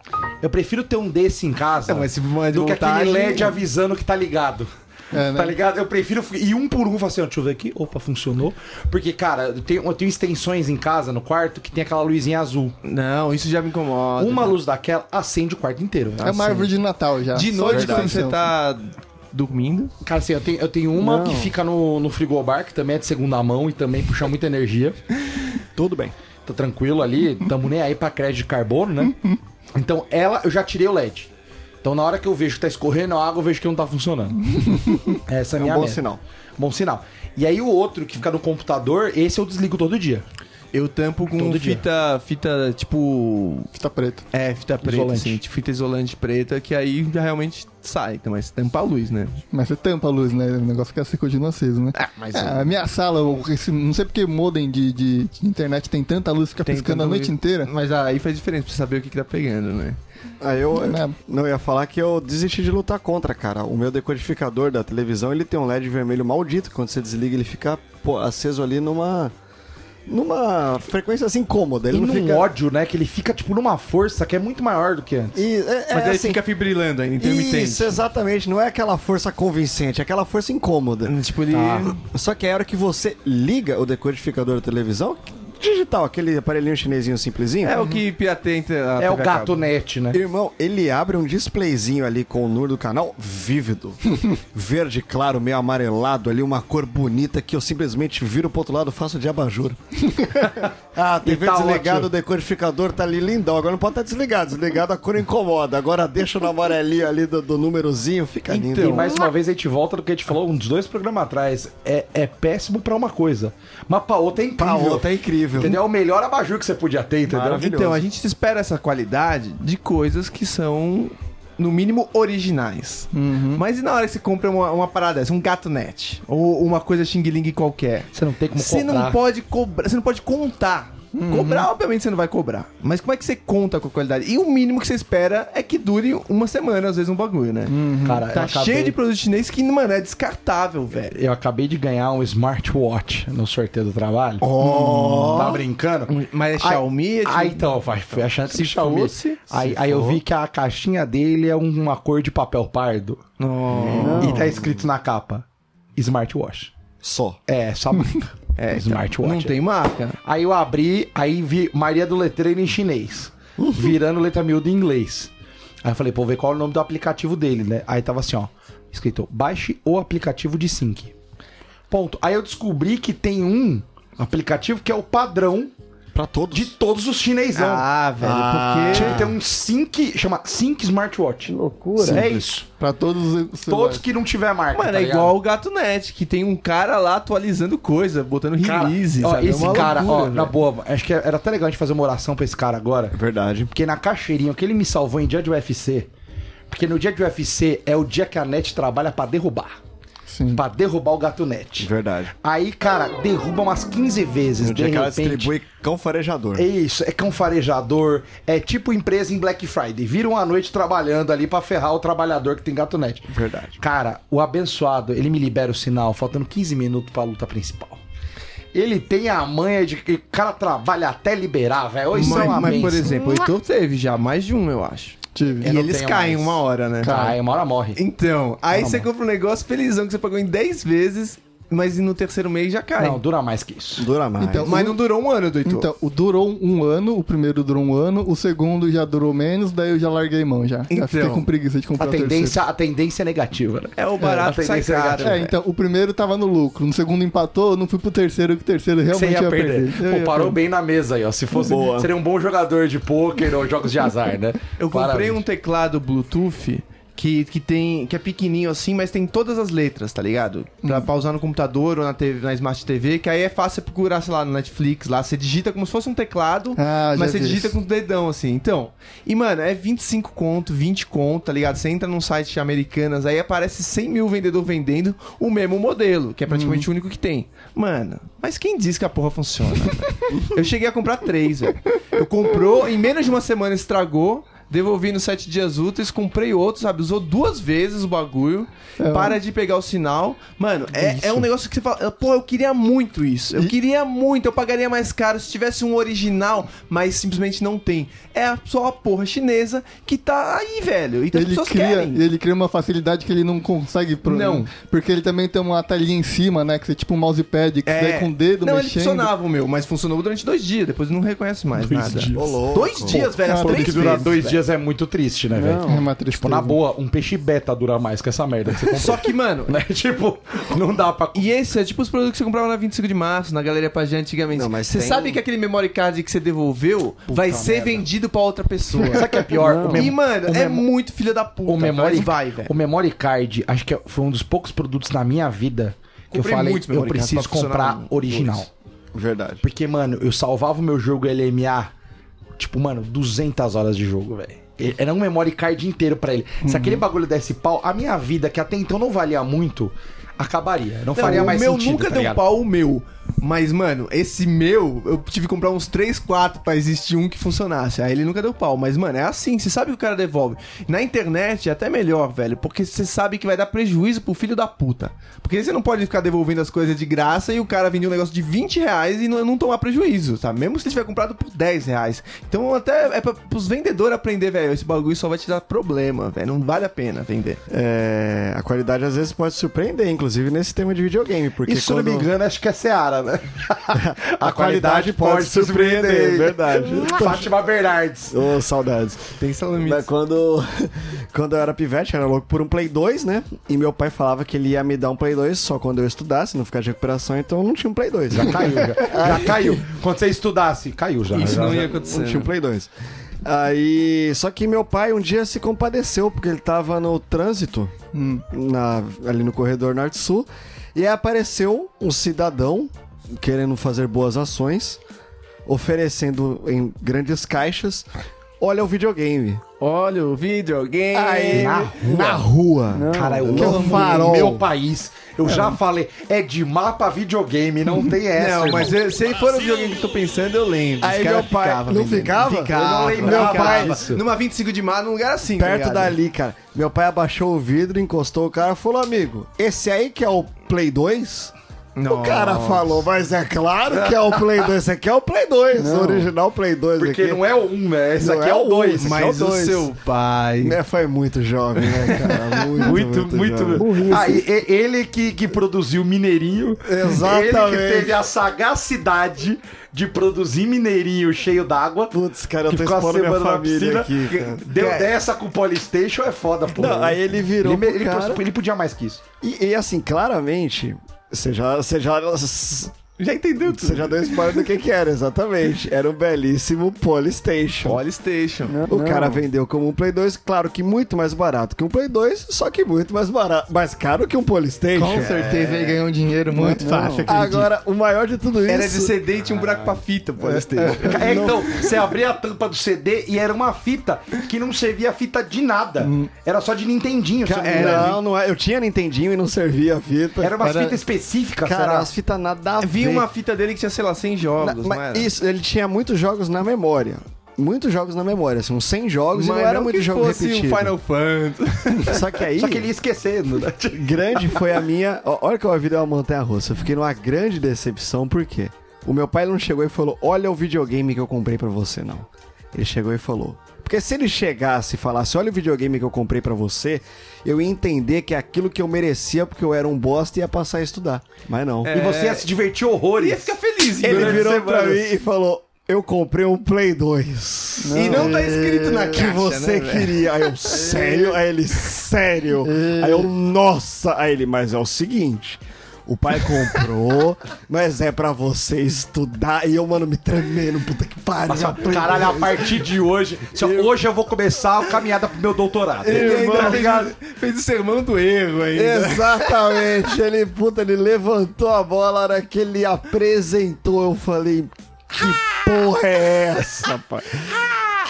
Eu prefiro ter um desse em casa
É, mas se manda
do que aquele
voltagem-
LED avisando que tá ligado.
É,
Tá
né?
ligado? Eu prefiro. E um por um, falar assim, ó, deixa eu ver aqui. Opa, funcionou. Porque, cara, eu tenho, eu tenho extensões em casa, no quarto, que tem aquela luzinha azul.
Não, isso já me incomoda.
Uma luz daquela acende o quarto inteiro. velho.
É uma árvore de Natal já.
De
Só
noite, quando você
extensão.
tá dormindo.
Cara, assim, eu tenho, eu tenho uma que fica no, no frigobar, que também é de segunda mão e também puxa muita energia.
Tudo bem.
Tá tranquilo ali, tamo nem aí pra crédito de carbono, né? Então ela, eu já tirei o LED. Então na hora que eu vejo que tá escorrendo a água, eu vejo que não tá funcionando. Essa é a
É um
minha
bom
meta.
sinal.
Bom sinal. E aí o outro que fica no computador, esse eu desligo todo dia.
Eu tampo com
Todo dia.
fita, fita, tipo.
Fita preta.
É, fita preta,
Isolante.
assim, tipo, fita isolante preta, que aí já realmente sai, então, mas tampa a luz, né?
Mas você tampa a luz, né? O negócio fica se continua aceso, né?
mas
É, a minha sala, o- esse- não sei porque modem de, de- de internet tem tanta luz, fica
Tem
piscando a
tanta
noite
luz.
inteira.
Mas aí faz diferença pra você saber o que, que tá pegando, né?
Aí Ah,
Não,
eu,
né?
não eu ia falar que eu desisti de lutar contra, cara. O meu decodificador da televisão, ele tem um LED vermelho maldito. Quando você desliga, ele fica pô, aceso ali numa numa frequência assim cômoda. Ele
e
não
num
fica
ódio, né? Que ele fica, tipo, numa força que é muito maior do que antes.
E, é, é
Mas aí
assim,
fica fibrilando ainda, intermitente.
Isso, exatamente. Não é aquela força convincente, é aquela força incômoda.
Tipo, ele.
Tá.
Só que é a hora que você liga o decodificador da televisão, digital, aquele aparelhinho chinesinho simplesinho,
É o que pirateia. inter- a
É o
TV a
gato
cabo.
net, né?
Irmão, ele abre um displayzinho ali com o número do canal vívido. Verde claro, meio amarelado ali, uma cor bonita que eu simplesmente viro pro outro lado, faço de abajur. ah, TV
tá
desligado,
ótimo.
o decodificador tá ali lindão. Agora não pode estar desligado, desligado a cor incomoda. Agora deixa no amarelinho ali do, do númerozinho, fica tá lindo.
Então, E mais uma vez a gente volta do que a gente falou uns dois programas atrás. É, é péssimo pra uma coisa, mas pra outra é
Pra
incrível.
outra é incrível.
Entendeu? É o melhor abajur que você podia ter, entendeu?
Maravilha.
Então, a gente espera essa qualidade de coisas que são, no mínimo, originais.
Uhum.
Mas e na hora que você compra uma, uma parada dessa, um gato net? Ou uma coisa xing-ling qualquer?
Você não tem como Uhum.
Você não pode cobrar, você não pode contar. Cobrar, obviamente, você não vai cobrar. Mas como é que você conta com a qualidade? E o mínimo que você espera é que dure uma semana, às vezes, um bagulho, né?
Cara, eu
Tá
acabei-
cheio de produto chinês que, mano, é descartável, velho.
Eu acabei de ganhar um smartwatch no sorteio do trabalho. Oh. Tá brincando?
Mas é Xiaomi, é tipo-
Ah, então, vai- foi a chance
Se
de Xiaomi.
fosse,
aí aí eu vi que a caixinha dele é uma cor de papel pardo.
Nossa.
E tá escrito na capa: Smartwatch.
Só.
É, só marca.
É, então,
Smartwatch.
Não tem marca.
Aí eu abri, aí vi Maria do Letreiro em chinês, virando letra miúda em inglês. Aí eu falei, pô, vê qual é o nome do aplicativo dele, né? Aí tava assim, ó, escrito, baixe o aplicativo de Sync. Ponto. Aí eu descobri que tem um Aplicativo que é o padrão
Pra todos.
de todos os chinesão.
Ah, velho,
Ah.
porque.
Tipo, tem um Sync, chama Sync Smartwatch.
Loucura.
É isso.
Pra todos os
Todos
celulares.
que não tiver marca.
Mano,
tá
é
ligado?
igual o Gato Net, que tem um cara lá atualizando coisa, botando
Cara,
release,
ó,
sabe? É
esse
uma
cara,
loucura,
ó, na
velho.
boa, acho que era até legal a gente fazer uma oração pra esse cara agora.
É Verdade.
Porque na caixeirinha, o que ele me salvou em dia de UFC. Porque no dia de UFC é o dia que a net trabalha pra derrubar.
Sim.
Pra derrubar o gato net.
Verdade.
Aí, cara, derruba umas 15 vezes.
No
de
dia que ela
repente.
distribui cão farejador.
É isso, é cão farejador, é tipo empresa em Black Friday. Viram a noite trabalhando ali pra ferrar o trabalhador que tem gato net.
Verdade.
Cara, o abençoado, ele me libera o sinal, faltando 15 minutos pra luta principal. Ele tem a manha de que o cara trabalha até liberar, velho. Isso é
Mas,
uma
mas, por
benção.
exemplo, o Heitor teve já mais de um, eu acho.
Tive.
e
não
eles
tenho
caem
mais.
uma hora, né?
Cai, uma hora morre.
Então, aí você compra um negócio felizão que você pagou em 10 vezes, mas no terceiro mês já cai.
Não, dura mais que isso.
Dura mais.
Então,
mas não durou um ano do Heitor.
Então, o durou um ano, o primeiro durou um ano, o segundo já durou menos, daí eu já larguei mão já.
Então.
já fiquei com preguiça de
A
comprar o terceiro.
tendência, a tendência é negativa, né?
é o barato
É,
que sai
tendência
caro.
É,
velho.
então, o primeiro tava no lucro, no segundo empatou, eu não fui pro terceiro, que o terceiro
Você
realmente
ia, perder.
Eu
Pô,
ia
parou
perder.
bem na mesa aí, ó. Se fosse,
Boa.
seria um bom jogador de pôquer ou jogos de azar, né?
Eu comprei
Parabéns.
um teclado Bluetooth que, que tem que é pequenininho assim, mas tem todas as letras, tá ligado? Pra
Hum.
pausar no computador ou na, TV, na Smart TV, que aí é fácil você procurar, sei lá, no Netflix, lá você digita como se fosse um teclado,
Ah, já
mas você
vi
digita
isso.
com o dedão assim. Então, e mano, é 25 conto, 20 conto, tá ligado? Você entra num site americanas, aí aparece 100 mil vendedor vendendo o mesmo modelo, que é praticamente
Hum.
o único que tem. Mano, mas quem diz que a porra funciona? velho? eu cheguei a comprar três, velho. Eu comprou, em menos de uma semana estragou, devolvi nos sete dias úteis, comprei outro, sabe? Usou duas vezes o bagulho,
É um-
para de pegar o sinal. Mano, é, é um negócio que você fala, pô, eu queria muito isso. Eu queria muito, eu pagaria mais caro se tivesse um original, mas simplesmente não tem. É a- só a porra chinesa que tá aí, velho. E que as
Ele
pessoas
cria,
querem.
ele cria uma facilidade que ele não consegue pro,
Não.
Porque ele também tem uma telinha em cima, né? Que você é tipo um mousepad, que você vai com o dedo
É. não, ele
mexendo.
funcionava o meu, mas funcionou durante dois dias, depois não reconhece mais nada.
Ô, louco.
Dois dias, velho, as
Cara,
três
que durar
vezes,
dois
velho.
dias é muito triste, né, velho?
É uma tristeza.
Tipo, na boa, um peixe beta dura mais que essa merda que você comprou.
Só que, mano,
né? Tipo, não dá pra.
E esse é tipo os produtos que você comprava na 25 de março, na Galeria Pajé antigamente.
Não, mas
você
tem-
um
sabe que aquele memory card que você devolveu vai ser vendido pra outra pessoa.
Sabe o que é pior? O mem-
e, mano,
o
é
mem-
muito filho da puta.
o memory,
então, mas vai, velho.
o memory card, acho que foi um dos poucos produtos na minha vida que eu
Comprei
falei,
muitos
eu
memory cards
preciso
pra funcionar
comprar
um,
original.
dois.
Verdade.
Porque, mano, eu salvava o meu jogo LMA, tipo, mano, 200 horas de jogo, velho. Era um memory card inteiro pra ele. Se aquele bagulho desse pau, a minha vida, que até então não valia muito, acabaria. Não, faria
o
mais
meu
sentido,
nunca
tá
deu
ligado?
pau o meu. Mas, mano, esse meu, eu tive que comprar uns 3, 4 pra existir um que funcionasse. Aí ele nunca deu pau. Mas, mano, é assim, você sabe que o cara devolve. Na internet é até melhor, velho, porque você sabe que vai dar prejuízo pro filho da puta. Porque você não pode ficar devolvendo as coisas de graça e o cara vender um negócio de 20 reais e não, não tomar prejuízo, tá? Mesmo se ele tiver comprado por 10 reais. Então até é pra, pros vendedores aprender, velho, esse bagulho só vai te dar problema, velho. Não vale a pena vender.
É, a qualidade às vezes pode surpreender, inclusive nesse tema de videogame, porque
Isso, se não me
quando-
engano, acho que é Seara, né?
a, qualidade, pode surpreender, é né? verdade.
Uhum. Fátima Bernardes.
Ô, saudades.
Tem um- salamitos.
Mas quando, quando eu era pivete, eu era louco por um Play 2, né? E meu pai falava que ele ia me dar um Play 2 só quando eu estudasse, não ficar de recuperação, então eu não tinha um Play 2. Já
Caiu, já, já caiu. Quando você estudasse, caiu já.
Isso
já,
não
já.
ia acontecer.
Não
né?
tinha um Play 2. Aí. Só que meu pai um dia se compadeceu, porque ele tava no trânsito,
Hum.
na- ali no corredor norte-sul, e aí apareceu um cidadão querendo fazer boas ações, oferecendo em grandes caixas. Olha o videogame.
Olha o videogame.
Aí, na rua.
Cara, eu
Que
amo
farol.
o meu país. Eu já falei, é de mapa videogame, não tem essa.
Não,
irmão.
mas eu- se for o videogame que eu tô pensando, eu lembro.
Aí
Os cara
meu pai-
ficava
não
vendendo.
ficava?
Ficava.
Eu não lembrava
ficava.
disso.
Numa 25 de mar, num lugar assim. tá
Perto
ligado?
dali,
né?"
cara. Meu pai abaixou o vidro, encostou o cara e falou: Amigo, esse aí que é o Play 2? O
Nossa.
cara falou, mas é claro que é o Play 2. Esse aqui é o Play 2, o original Play 2
Porque
aqui.
não é o um, né? Esse
Não
aqui é,
é
o
o um,
dois.
mas-
Mas
Esse é o
o
dois.
seu pai.
É, foi muito jovem, né, cara? Muito, muito, muito. jovem.
Ah, e- e- ele que, que produziu Mineirinho. Ele
Exatamente.
que teve a sagacidade de produzir Mineirinho cheio d'água.
Putz, cara, eu
que
tô
ficou a
expondo minha
semana na
família
piscina.
aqui, cara. É.
Deu dessa com o Polystation, é foda, pô.
Não, aí ele virou
Ele,
pro
ele-
cara.
ele podia mais que isso.
E, e, assim, claramente, você já, você já
Já entendeu
Você
tudo.
já deu spoiler do que que era, exatamente. Era um belíssimo Polystation.
Polystation.
O cara vendeu como um Play 2, claro que muito mais barato que um Play 2, só que muito mais barato, mais caro que um Polystation.
Com certeza ele ganhou um dinheiro muito fácil. acredito.
Agora, o maior de tudo isso...
Era de CD e tinha um buraco pra fita, Polystation.
É, então, você abria a tampa do CD e era uma fita que não servia fita de nada.
Hum.
Era só de Nintendinho. se eu não me engano.
Não, não é. Eu tinha Nintendinho e não servia a fita.
Era umas
Era-
fitas específicas,
Cara,
cara.
as fitas nada a
Vi
ver.
uma fita dele que tinha, sei lá, 100
Na-
jogos, não
mas
era?
isso, ele tinha muitos jogos na memória. Muitos jogos na memória, assim, uns 100 jogos
Mas
e não era muito
que
jogo
fosse
repetido.
o Final Fantasy.
Só que aí,
Só que ele ia esquecendo, né?
grande foi a minha... ó, Olha que a vida é uma montanha russa. Eu fiquei numa grande decepção, por quê? O meu pai não chegou e falou, olha o videogame que eu comprei pra você, não. Ele chegou e falou. Porque se ele chegasse e falasse, olha o videogame que eu comprei pra você, eu ia entender que é aquilo que eu merecia porque eu era um bosta e ia passar a estudar. Mas não.
É,
E você ia se divertir horrores.
Ia ficar feliz. né?
Ele
durante
virou pra
semanas.
mim e falou: Eu comprei um Play 2.
E não tá escrito na
Que
caixa,
você
né, velho?
queria. Aí eu, sério? Aí ele, sério?
É.
Aí eu, nossa! Aí ele, mas é o seguinte. O pai comprou, mas é pra você estudar. E eu, mano, me tremendo, puta que pariu.
Assim, ó,
Play
caralho, a
2.
partir de hoje, assim, ó, hoje eu vou começar a caminhada pro meu doutorado. Tá
Ele ainda
Irmão,
fez,
cara.
fez o sermão do erro ainda.
Exatamente, ele, puta, ele levantou a bola, a hora que ele apresentou, eu falei, que porra é essa, pai?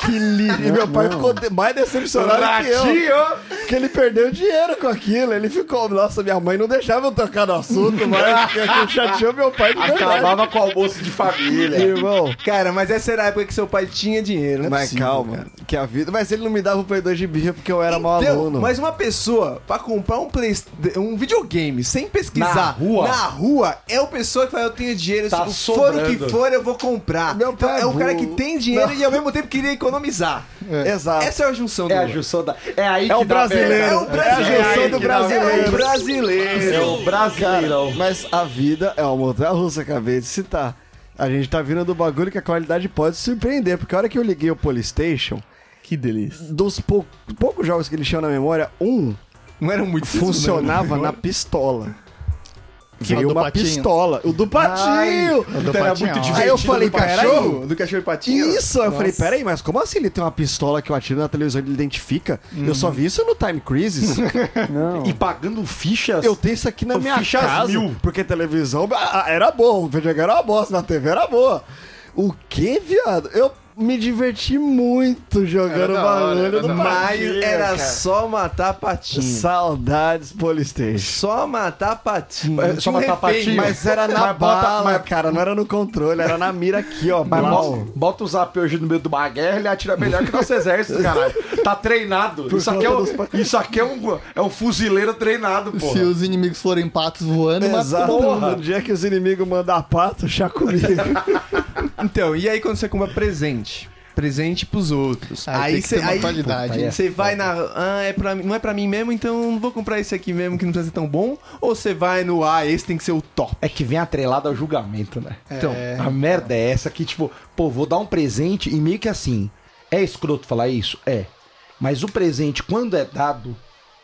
Que lindo. E meu pai ficou de- mais decepcionado que eu. Porque ele perdeu dinheiro com aquilo. Ele ficou, nossa, minha mãe não deixava eu tocar no assunto, mas que chateou meu pai de verdade.
Acabava com o almoço de família.
Irmão,
Cara, mas essa era a época que seu pai tinha dinheiro, né?
mas calma, que a vida. Mas ele não me dava o Play 2 de birra porque eu era mau
Entendeu?
aluno.
Mas uma pessoa pra comprar um, play, um videogame sem pesquisar
Na rua?
na rua, é o pessoa que fala, eu tenho dinheiro,
Tá
se for o que
sobrando.
for, eu vou comprar.
Meu
Então,
pai
é o cara
burro.
que
Ah.
tem dinheiro e ao mesmo tempo queria economizar.
Exato.
Essa é a junção do
É a
humor.
junção da. É aí
É
que
o
dá
brasileiro.
É o
É a junção
brasileiro.
do
É o
brasileiro.
brasileiro.
merda. É o brasileirão.
Mas a vida é uma montanha russa, acabei de citar. A gente tá vindo do bagulho que a qualidade pode surpreender, porque a hora que eu liguei o Polystation,
Que delícia.
dos pou- poucos jogos que ele tinha na memória, um
Não era muito
funcionava né? na pistola.
Que é o
Veio
do
uma
patinho.
patinho. o do patinho!
do
Então, Era
patinho,
muito
ó.
divertido.
Aí eu falei,
do cachorro?
caralho.
Do cachorro e patinho?
Isso! Eu falei, peraí, mas como assim ele tem uma pistola que eu atiro na televisão e ele identifica? Eu só vi isso no Time Crisis.
E pagando fichas.
Eu tenho isso aqui na
Ô,
minha
fichas
casa.
mil.
Porque televisão ah, ah, era bom, o videogame era uma bosta, na TV era boa. O que, viado? Eu me diverti muito jogando
da hora,
barulho
era
do
da hora.
Maio.
Mas era só matar patinho.
Saudades Polystation.
Só matar patinho.
É, só
Tinha um
matar
refém,
patinho.
Mas
Mas era na
Mas bota-
bala,
mas-
cara, não era no controle, era na mira aqui, ó.
Mas
blau.
bota, bota o zap hoje no meio de uma guerra, ele atira melhor que nosso exército, caralho. Tá treinado. Isso aqui, é um,
conta
isso aqui é um, é um fuzileiro treinado, pô.
Se os inimigos forem patos voando, mata
Exato.
todo mundo.
No dia que os inimigos mandar pato, chá comigo.
Então, e aí quando você compra presente? Presente pros outros.
Aí
Aí
Ah, tem que
você
ter uma
aí,
qualidade. é
puta, você vai na. Ah, é pra, mim- não é pra mim mesmo, então não vou comprar esse aqui mesmo que não precisa ser tão bom. Ou você vai no. Ah, esse tem que ser o top.
É que vem atrelado ao julgamento, né?
Então,
A merda é essa que, tipo, pô, vou dar um presente e meio que assim. É escroto falar isso? É. Mas o presente, quando é dado,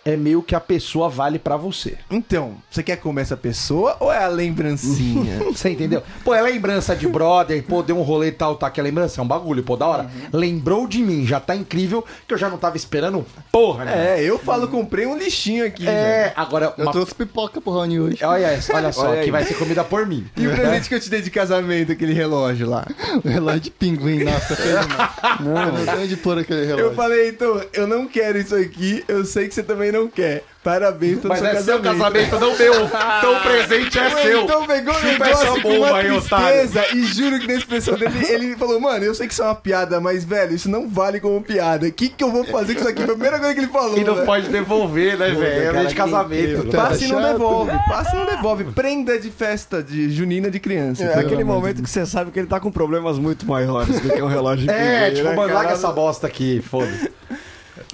é meio que a pessoa vale pra você.
então, você quer comer essa pessoa ou é a lembrancinha?
Você entendeu? Pô, é lembrança de brother, pô, deu um rolê e tal, tá? Que é lembrança, é um bagulho, pô, da hora. Lembrou de mim, já tá incrível, que eu já não tava esperando porra, né?
é, eu falo, comprei um lixinho aqui. velho.
É, agora,
Eu
uma-
trouxe pipoca pro Rony hoje.
olha, essa- olha só,
Olha aí.
que vai ser comida por mim.
E o presente que eu te dei de casamento, aquele relógio lá?
O relógio É de pinguim, nossa, foi demais. Não, não tem onde pôr aquele
Eu
relógio.
falei, então, eu não quero isso aqui, eu sei que você também não quer. Parabéns pelo
Mas
seu
é seu
casamento.
casamento, não meu. Então o presente é
Ué,
seu.
Então pegou o
Chupa essa
negócio com
bomba
uma
aí, otário.
tristeza e juro que na expressão dele, ele falou, mano, eu sei que isso é uma piada, mas, velho, isso não vale como piada. O que que eu vou fazer com isso aqui? Foi a primeira coisa que ele falou,
E não
velho.
pode devolver, né, velho? É
cara,
meio de
que
casamento.
incrível.
Tá
Passa e não
chato,
devolve, passa e não devolve. Prenda de festa de junina de criança.
É
entendeu?
aquele momento que você sabe que ele tá com problemas muito maiores do que um relógio de
É,
pinguim,
tipo,
né,
mano, larga
cara?
essa bosta aqui, foda-se.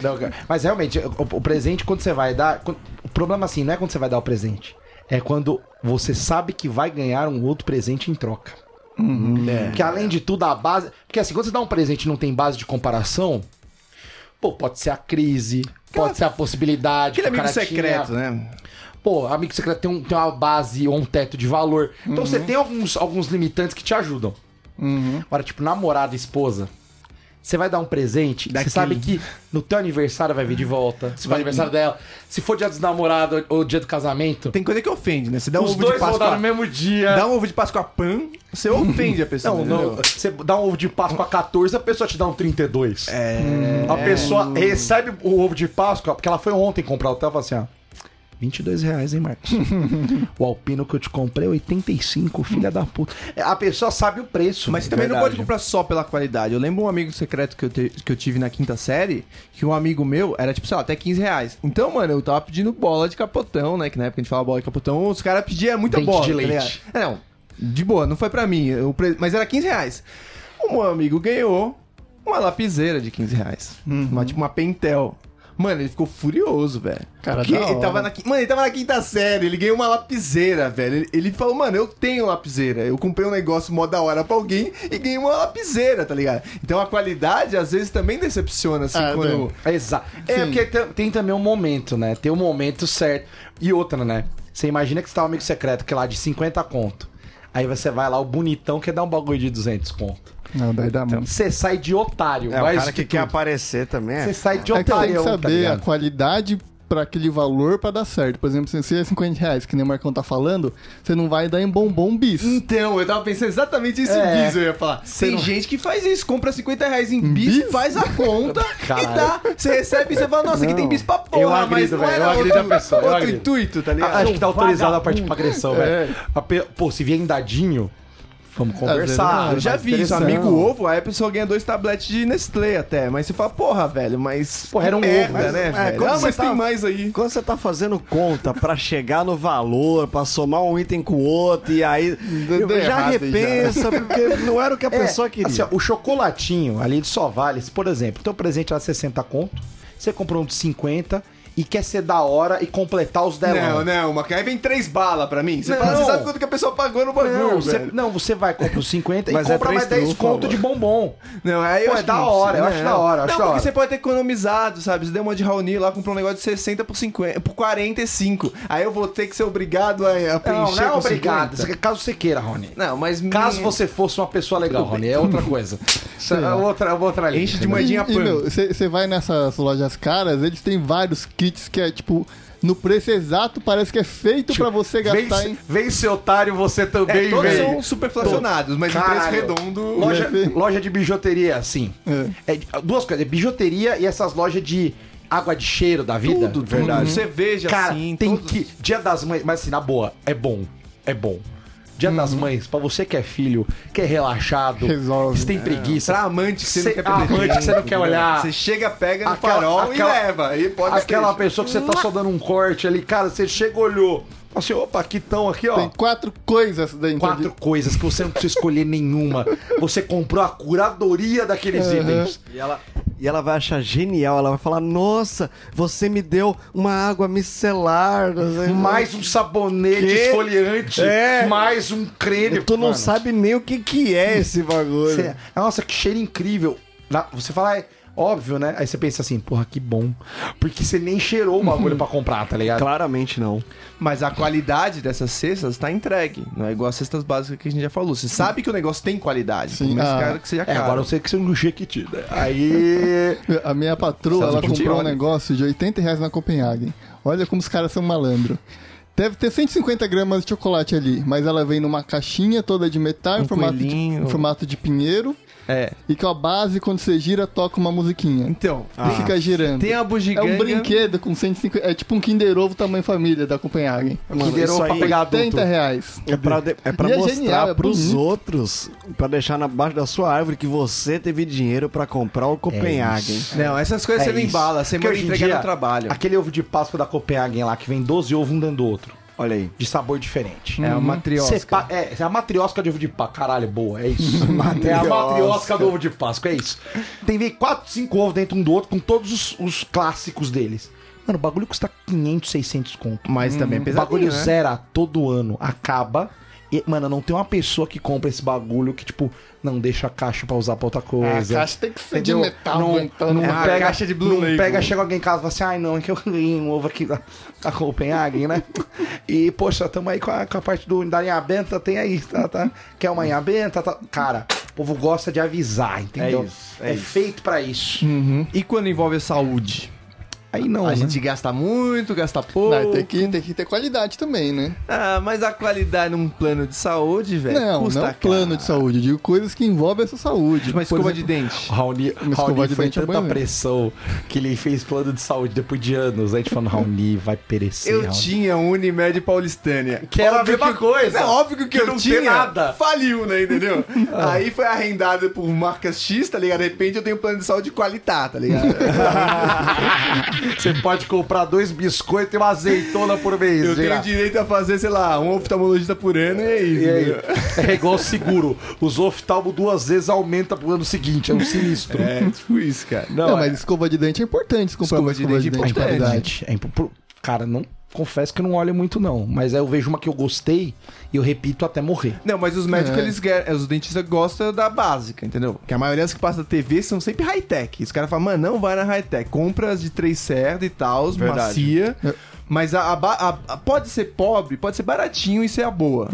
Não, cara. Mas realmente, o, o presente, quando você vai dar. quando- o problema assim, não é quando você vai dar o presente. É quando você sabe que vai ganhar um outro presente em troca. Uhum. É. Que além de tudo, a base. Porque assim, quando você dá um presente e não tem base de comparação. Pô, pode ser a crise, pode ser a possibilidade.
Aquele
que o
amigo
cara tinha.
secreto, né?
Pô, amigo secreto tem, um- tem uma base ou um teto de valor. Então você
Uhum.
tem alguns, alguns limitantes que te ajudam. Agora, tipo, namorada, esposa. Você vai dar um presente, você sabe que no teu aniversário vai vir de volta. Se for aniversário dela, se for dia dos namorados ou dia do casamento,
Tem coisa que ofende, né? Você dá um
os
ovo de
dois vão dar
Páscoa.
no mesmo dia.
Dá um ovo de Páscoa pan, você ofende a pessoa.
Não,
entendeu?
não, você dá um ovo de Páscoa 14, a pessoa te dá um 32. É. A pessoa recebe o ovo de Páscoa, porque ela foi ontem comprar o hotel e falou assim, ó. 22 reais, hein, Marcos? o alpino que eu te comprei é 85, filha da puta. É, A pessoa sabe o preço.
Mas você
velho.
também não pode
Verdade.
comprar só pela qualidade. Eu lembro um amigo secreto que eu, te- que eu tive na quinta série, que um amigo meu era, tipo, sei lá, até 15 reais. Então, mano, eu tava pedindo bola de capotão, né? Que na época a gente falava bola de capotão, os caras pediam muita
Dente
bola.
de
tá
leite.
ligado? É, não, de boa, não foi pra mim. eu pre- Mas era 15 reais. O meu amigo ganhou uma lapiseira de 15 reais.
Uhum.
Uma, tipo uma pentel. Mano, ele ficou furioso, velho.
Cara,
Porque
da hora.
ele tava na, qui- mano, ele tava na quinta série, ele ganhou uma lapiseira, velho. Ele, ele falou, mano, eu tenho lapiseira. Eu comprei um negócio mó da hora pra alguém e ganhei uma lapiseira, tá ligado? Então a qualidade, às vezes, também decepciona, assim,
Ah,
quando...
não.
Exato. É, porque tem, tem também um momento, né? Tem um momento certo. E outra, né? Você imagina que você tá um amigo secreto, que é lá de 50 conto. Aí você vai lá, o bonitão quer dar um bagulho de 200 conto.
Não, daí dá muito.
Você sai de otário.
É, o
mais
cara
do
que quer
tudo.
aparecer também é
Você sai de
É que você tem que
otário, tá
saber a
ligado?
qualidade pra aquele valor pra dar certo. Por exemplo, se é 50 reais, que nem o Marcão tá falando, você não vai dar em bombom bis.
Então, eu tava pensando exatamente esse
É.
bis, eu ia falar.
Você
Tem
não-
gente que faz isso, compra 50 reais em bis,
bis?
faz a conta
Caralho.
e dá. Você recebe e você fala, nossa, aqui tem bis pra porra,
eu agrido,
mas não
velho,
era
eu agrido
outro,
a pessoa, eu
outro
agrido.
intuito, tá
Ah,
ligado?
Acho que tá autorizado a partir pra agressão, velho. A pe- Pô, se vier dadinho, vamos
vezes
conversar.
não,
Ah, Eu já
Mas
vi isso,
interessante.
amigo ovo, aí a pessoa ganha dois tabletes de Nestlé até. Mas você fala, porra, velho, mas.
Porra, era um
merda,
ovo,
né,
mas- é,
velho?
quando
Ah,
você
mas
tá-
tem mais aí.
Quando você tá fazendo conta pra chegar no valor, pra somar um item com o outro, e aí
Deu- deu
já
errado aí,
repensa, porque não era o que a pessoa queria.
assim, ó, o chocolatinho ali de só vale, se, por exemplo, teu presente era 60 conto, você comprou um de 50 e quer ser da hora e completar os 10
Não, né? não, mas aí vem três balas pra mim. Você
É, Não.
fala, você sabe quanto que a pessoa pagou no bagulho,
Não, você,
velho.
não, você vai, compra os 50 e
Mas é
compra mais
três
10
trufas,
conto de bombom.
Não, aí eu
Pô, é
acho
da
que não
hora, eu
precisa.
acho da hora, eu
Não,
acho da
porque
hora.
você pode ter economizado, sabe? Você deu uma de Raoni lá, comprou um negócio de 60 por, 50, por 45. Aí eu vou ter que ser obrigado a, a
Não,
preencher
não é
com
obrigado.
50.
Você- Caso você queira, Rony.
Não, mas...
Caso
me-
você fosse uma pessoa legal, Rony, é outra coisa. Isso é outra, é outra linha.
Enche de
entendeu?
moedinha
E,
pan.
meu, você vai nessas lojas caras, eles têm vários kits que é tipo, no preço exato parece que é feito
Tipo,
pra você gastar
Vem,
em.
vem ser otário, você também
É, todos
vem.
são superflacionados, mas o preço
Caralho.
redondo...
Loja, loja de bijuteria, assim. É. duas coisas, é bijuteria e essas lojas de água de cheiro da vida.
Tudo, tudo. Cerveja,
Cara,
assim,
tem
tudo.
que. Dia das mães, mas assim, na boa, é bom. É bom. Dia das mães, pra você que é filho, que é relaxado,
Uhum. Resolve. né?
que tem preguiça.
Pra amante que você
Cê-
não quer perder
amante que
tempo,
você não quer
entendeu?
olhar.
Você chega, pega no
Aquela-
farol
aquela-
e leva. E pode
Aquela
ser.
pessoa que você tá só dando um corte ali, cara, você chega, olhou. Fala assim, opa, aqui estão aqui, ó.
Tem quatro coisas dentro
quatro
de...
coisas que você não precisa escolher nenhuma. Você comprou a curadoria daqueles itens.
E ela, e ela vai achar genial, ela vai falar, nossa, você me deu uma água micelar. não sei-
Mais um sabonete
Quê?
esfoliante.
É.
Mais um creme.
Tu não
Mano,
sabe nem o que, que é esse bagulho.
você- nossa, que cheiro incrível. Na- Você fala, é óbvio, né? Aí você pensa assim, porra, que bom. Porque você nem cheirou o bagulho pra comprar, tá ligado?
Claramente não.
Mas a qualidade dessas cestas tá entregue. Não é igual as cestas básicas que a gente já falou. Você sabe que o negócio tem qualidade.
Sim,
Sim, mas
ah.
cara que seja
É,
caro.
agora eu sei que você não Jequiti, né? Aí.
A minha patroa,
Sabe
ela
que te
comprou um
olha.
negócio de 80 reais na Copenhagen. Olha como os caras são malandro. Deve ter 150 gramas de chocolate ali, mas ela vem numa caixinha toda de metal em,
Um
formato de,
coelhinho.
em formato de pinheiro
É.
e com a base, quando você gira, toca uma musiquinha.
Então,
Ah.
e fica girando.
tem a
É
bugiganga...
um brinquedo com 150. É tipo um Kinder Ovo tamanho família da Copenhagen.
Mano,
que derou
isso
pra
aí-
pegar adulto.
80 reais.
É pra, de- é pra
E é
mostrar
genial, é
pros
bonito.
outros, pra deixar na baixo da sua árvore que você teve dinheiro pra comprar o Copenhagen.
Não, essas coisas você não
É isso.
embala. Você
Porque
manda
hoje em
entregar
dia,
no trabalho.
Aquele ovo de Páscoa da Copenhagen lá, que vem 12 ovos um dentro do outro.
Olha aí.
de sabor diferente.
É uma matriosca.
uhum. Cê pa- É, é a matriosca de ovo de Páscoa. Caralho, boa, é isso. é a matriosca do ovo de Páscoa, é isso. Tem vem 4, 5 ovos dentro um do outro com todos os, os clássicos deles. Mano, o bagulho custa 500, 600 conto.
Mas também é
o bagulho
pesadinho, né?
zera todo ano, acaba. E, mano, não tem uma pessoa que compra esse bagulho que, tipo, não deixa a caixa pra usar
É,
pra outra coisa.
A caixa tem que ser
Entendeu?
de metal,
não,
então.
não
né?
uma
pega,
caixa de Blue
não
Label.
pega, chega alguém em casa e fala assim, ai não, é que eu ganhei um ovo aqui da, da Copenhagen, né? E, poxa, tamo aí com a, com a parte do, da linha benta, tem aí, tá, tá? Quer uma linha benta? Tá? Cara, o povo gosta de avisar, entendeu?
É isso, é isso.
feito pra isso.
E quando envolve a saúde?
Aí não,
Hum. a
né?
gente gasta muito, gasta pouco.
Não, tem, que, tem que ter qualidade também, né?
Ah, mas a qualidade num plano de saúde, velho,
não,
É, custa
não
um
caro.
plano de saúde. Eu digo coisas que envolvem essa saúde.
Uma
Por
escova de
exemplo,
dente.
Raoni,
Uma escova
Raoni
de
foi
dente é
tanta
banheiro.
pressão que ele fez plano de saúde depois de anos. A gente falando, Raoni vai perecer.
Eu
Raoni.
tinha um Unimed Paulistânia.
Que era a mesma coisa.
É óbvio que o que,
Que
eu
não tem
tinha
nada.
faliu, né? Entendeu? Aí foi arrendado por marcas X, tá ligado? De repente eu tenho um plano de saúde qualitar, tá ligado?
Você pode comprar dois biscoitos e uma azeitona por mês.
eu tenho
Gerardo.
direito a fazer, sei lá, um oftalmologista por ano e é isso.
E aí?
entendeu?
É igual seguro. Os oftalmo duas vezes aumenta pro ano seguinte. É um sinistro.
É, tipo isso, cara.
Não, mas escova de dente é importante. se comprar
Escova
uma
de
escova de
dente é
dente de
importante.
qualidade.
É impo- pro- Cara, não confesso que eu não olho muito, não. Mas aí eu vejo uma que eu gostei e eu repito até morrer.
Não, mas os médicos,
É.
eles querem- os dentistas gostam da básica, entendeu? Que a maioria das que passa da TV são sempre high-tech. Os caras falam, mano, não vai na high-tech. Compra as de três cerdas e tal,
Verdade.
macia.
É.
Mas a, a ba- a- a- pode ser pobre, pode ser baratinho e ser a boa.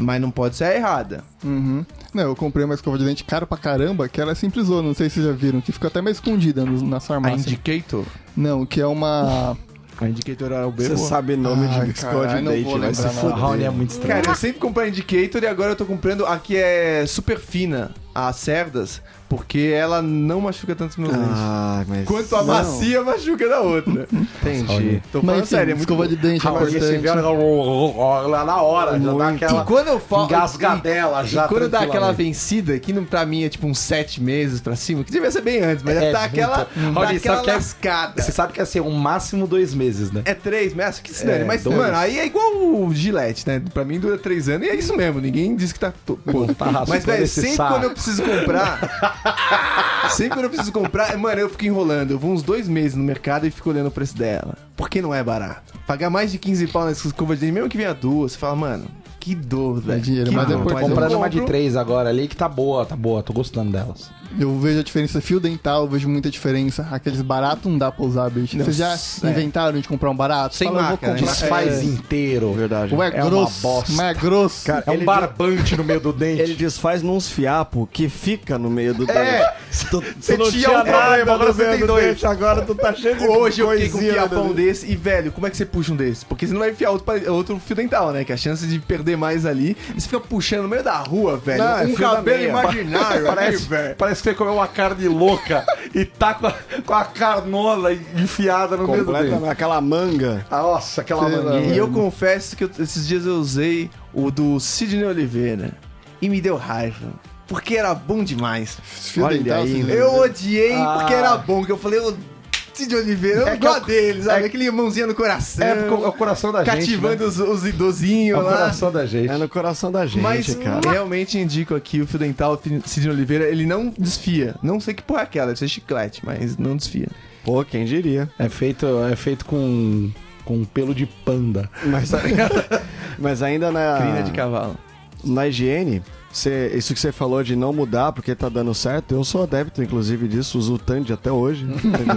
Mas não pode ser a errada.
Uhum. Não, eu comprei uma escova de dente cara pra caramba, que ela é simplesona, não sei se vocês já viram, que fica até meio escondida no, na
A
farmácia.
Indicator?
Não, que é uma.
A Indicator era o
Você
bebo.
sabe nome
Ai,
de escova
caralho,
de
não
dente,
vou
vai se
lembrar, não.
foder.
Raoni é muito estranho.
Cara, eu sempre comprei a Indicator e agora eu tô comprando a que é super fina, a cerdas, porque ela não machuca tanto os meus dentes.
Ah, mas...
Quanto a
Não,
macia machuca da outra.
Entendi.
Tô falando
Mas enfim,
sério, é muito
escova de dente é
Raoni, você vê
importante.
ela lá na hora, já dá
E
aquela.
quando eu falo.
engasgadela
e,
já,
E quando dá aquela
tranquilamente.
vencida, que não, pra mim é tipo uns sete meses pra cima, que devia ser bem antes, mas
É,
já tá
muito.
aquela,
Hum.
dá
Olha,
aquela
só que é-
lascada.
Você sabe que ia ser um máximo dois meses, né?
É três meses, que se dane.
É,
mas,
dois.
mano, aí é igual o Gillette, né? Pra mim dura três anos e é isso mesmo. Ninguém diz que tá. to- Pô.
Tá raspando
mas, velho,
esse
sempre
saco.
quando eu preciso comprar. sempre quando eu preciso comprar, mano, eu fico enrolando. Eu vou uns dois meses no mercado e fico olhando o preço dela. Porque não é barato. Pagar mais de 15 pau nessa escova de dente, mesmo que venha duas, você fala, mano, que dor, velho.
dinheiro,
que
mas
dor,
é importante.
eu
Comprando uma
compro.
de três agora ali que tá boa, tá boa, tô gostando delas.
Eu vejo a diferença fio dental, eu vejo muita diferença. Aqueles baratos não dá pra usar, bicho.
Não,
Vocês já
é.
inventaram de comprar um barato?
Sem
Fala, eu
marca, né?
comprar-
Desfaz
É.
inteiro.
Verdade.
Ou é,
É uma
grosso,
bosta.
mas é grosso.
É um
Ele-
barbante no meio do dente.
Ele desfaz nos fiapos que fica no meio do
É.
dente. Tu- tu
Você
não
tinha um problema, agora você tem
do
dois.
dente, Agora tu tá cheio de
Hoje eu fiquei com um
né,
coisinha no
fiapão
dente.
desse e, velho, como é que você puxa um desse? Porque você não vai enfiar outro, pare- outro fio dental, né? Que a chance de perder mais ali, você fica puxando no meio da rua, velho.
Não, é
um
fio da
cabelo
meia.
imaginário ali,
Parece,
velho.
parece que você comeu uma carne louca e tá com a, com a carnola enfiada tá no meio do dente.
Completa aquela manga.
Ah, Nossa, aquela
Sei lá,
manguinha.
E eu confesso que eu- esses dias eu usei o do Sidney Oliveira e me deu raiva. Porque era bom demais.
Fio
Olha
dental,
aí,
vocês
Eu odiei
Ah.
porque era bom, que eu falei, o Sidney Oliveira, eu
É
não
que eu-
gosto dele, sabe? Aquele mãozinha no coração.
É, porque é o coração da gente. né?
cativando os, os
É
idosinhos
o
lá.
coração da gente.
É no coração da gente,
Mas
cara.
realmente indico aqui o fio dental o Sidney Oliveira, ele não desfia. Não sei que porra é aquela, deve ser chiclete, mas não desfia.
Pô, quem diria?
É feito, é feito com, com um pelo de panda.
Mas, mas ainda na...
Crina é de cavalo.
na higiene, você- isso que você falou de não mudar porque tá dando certo, eu sou adepto, inclusive, disso, uso o Tandy até hoje.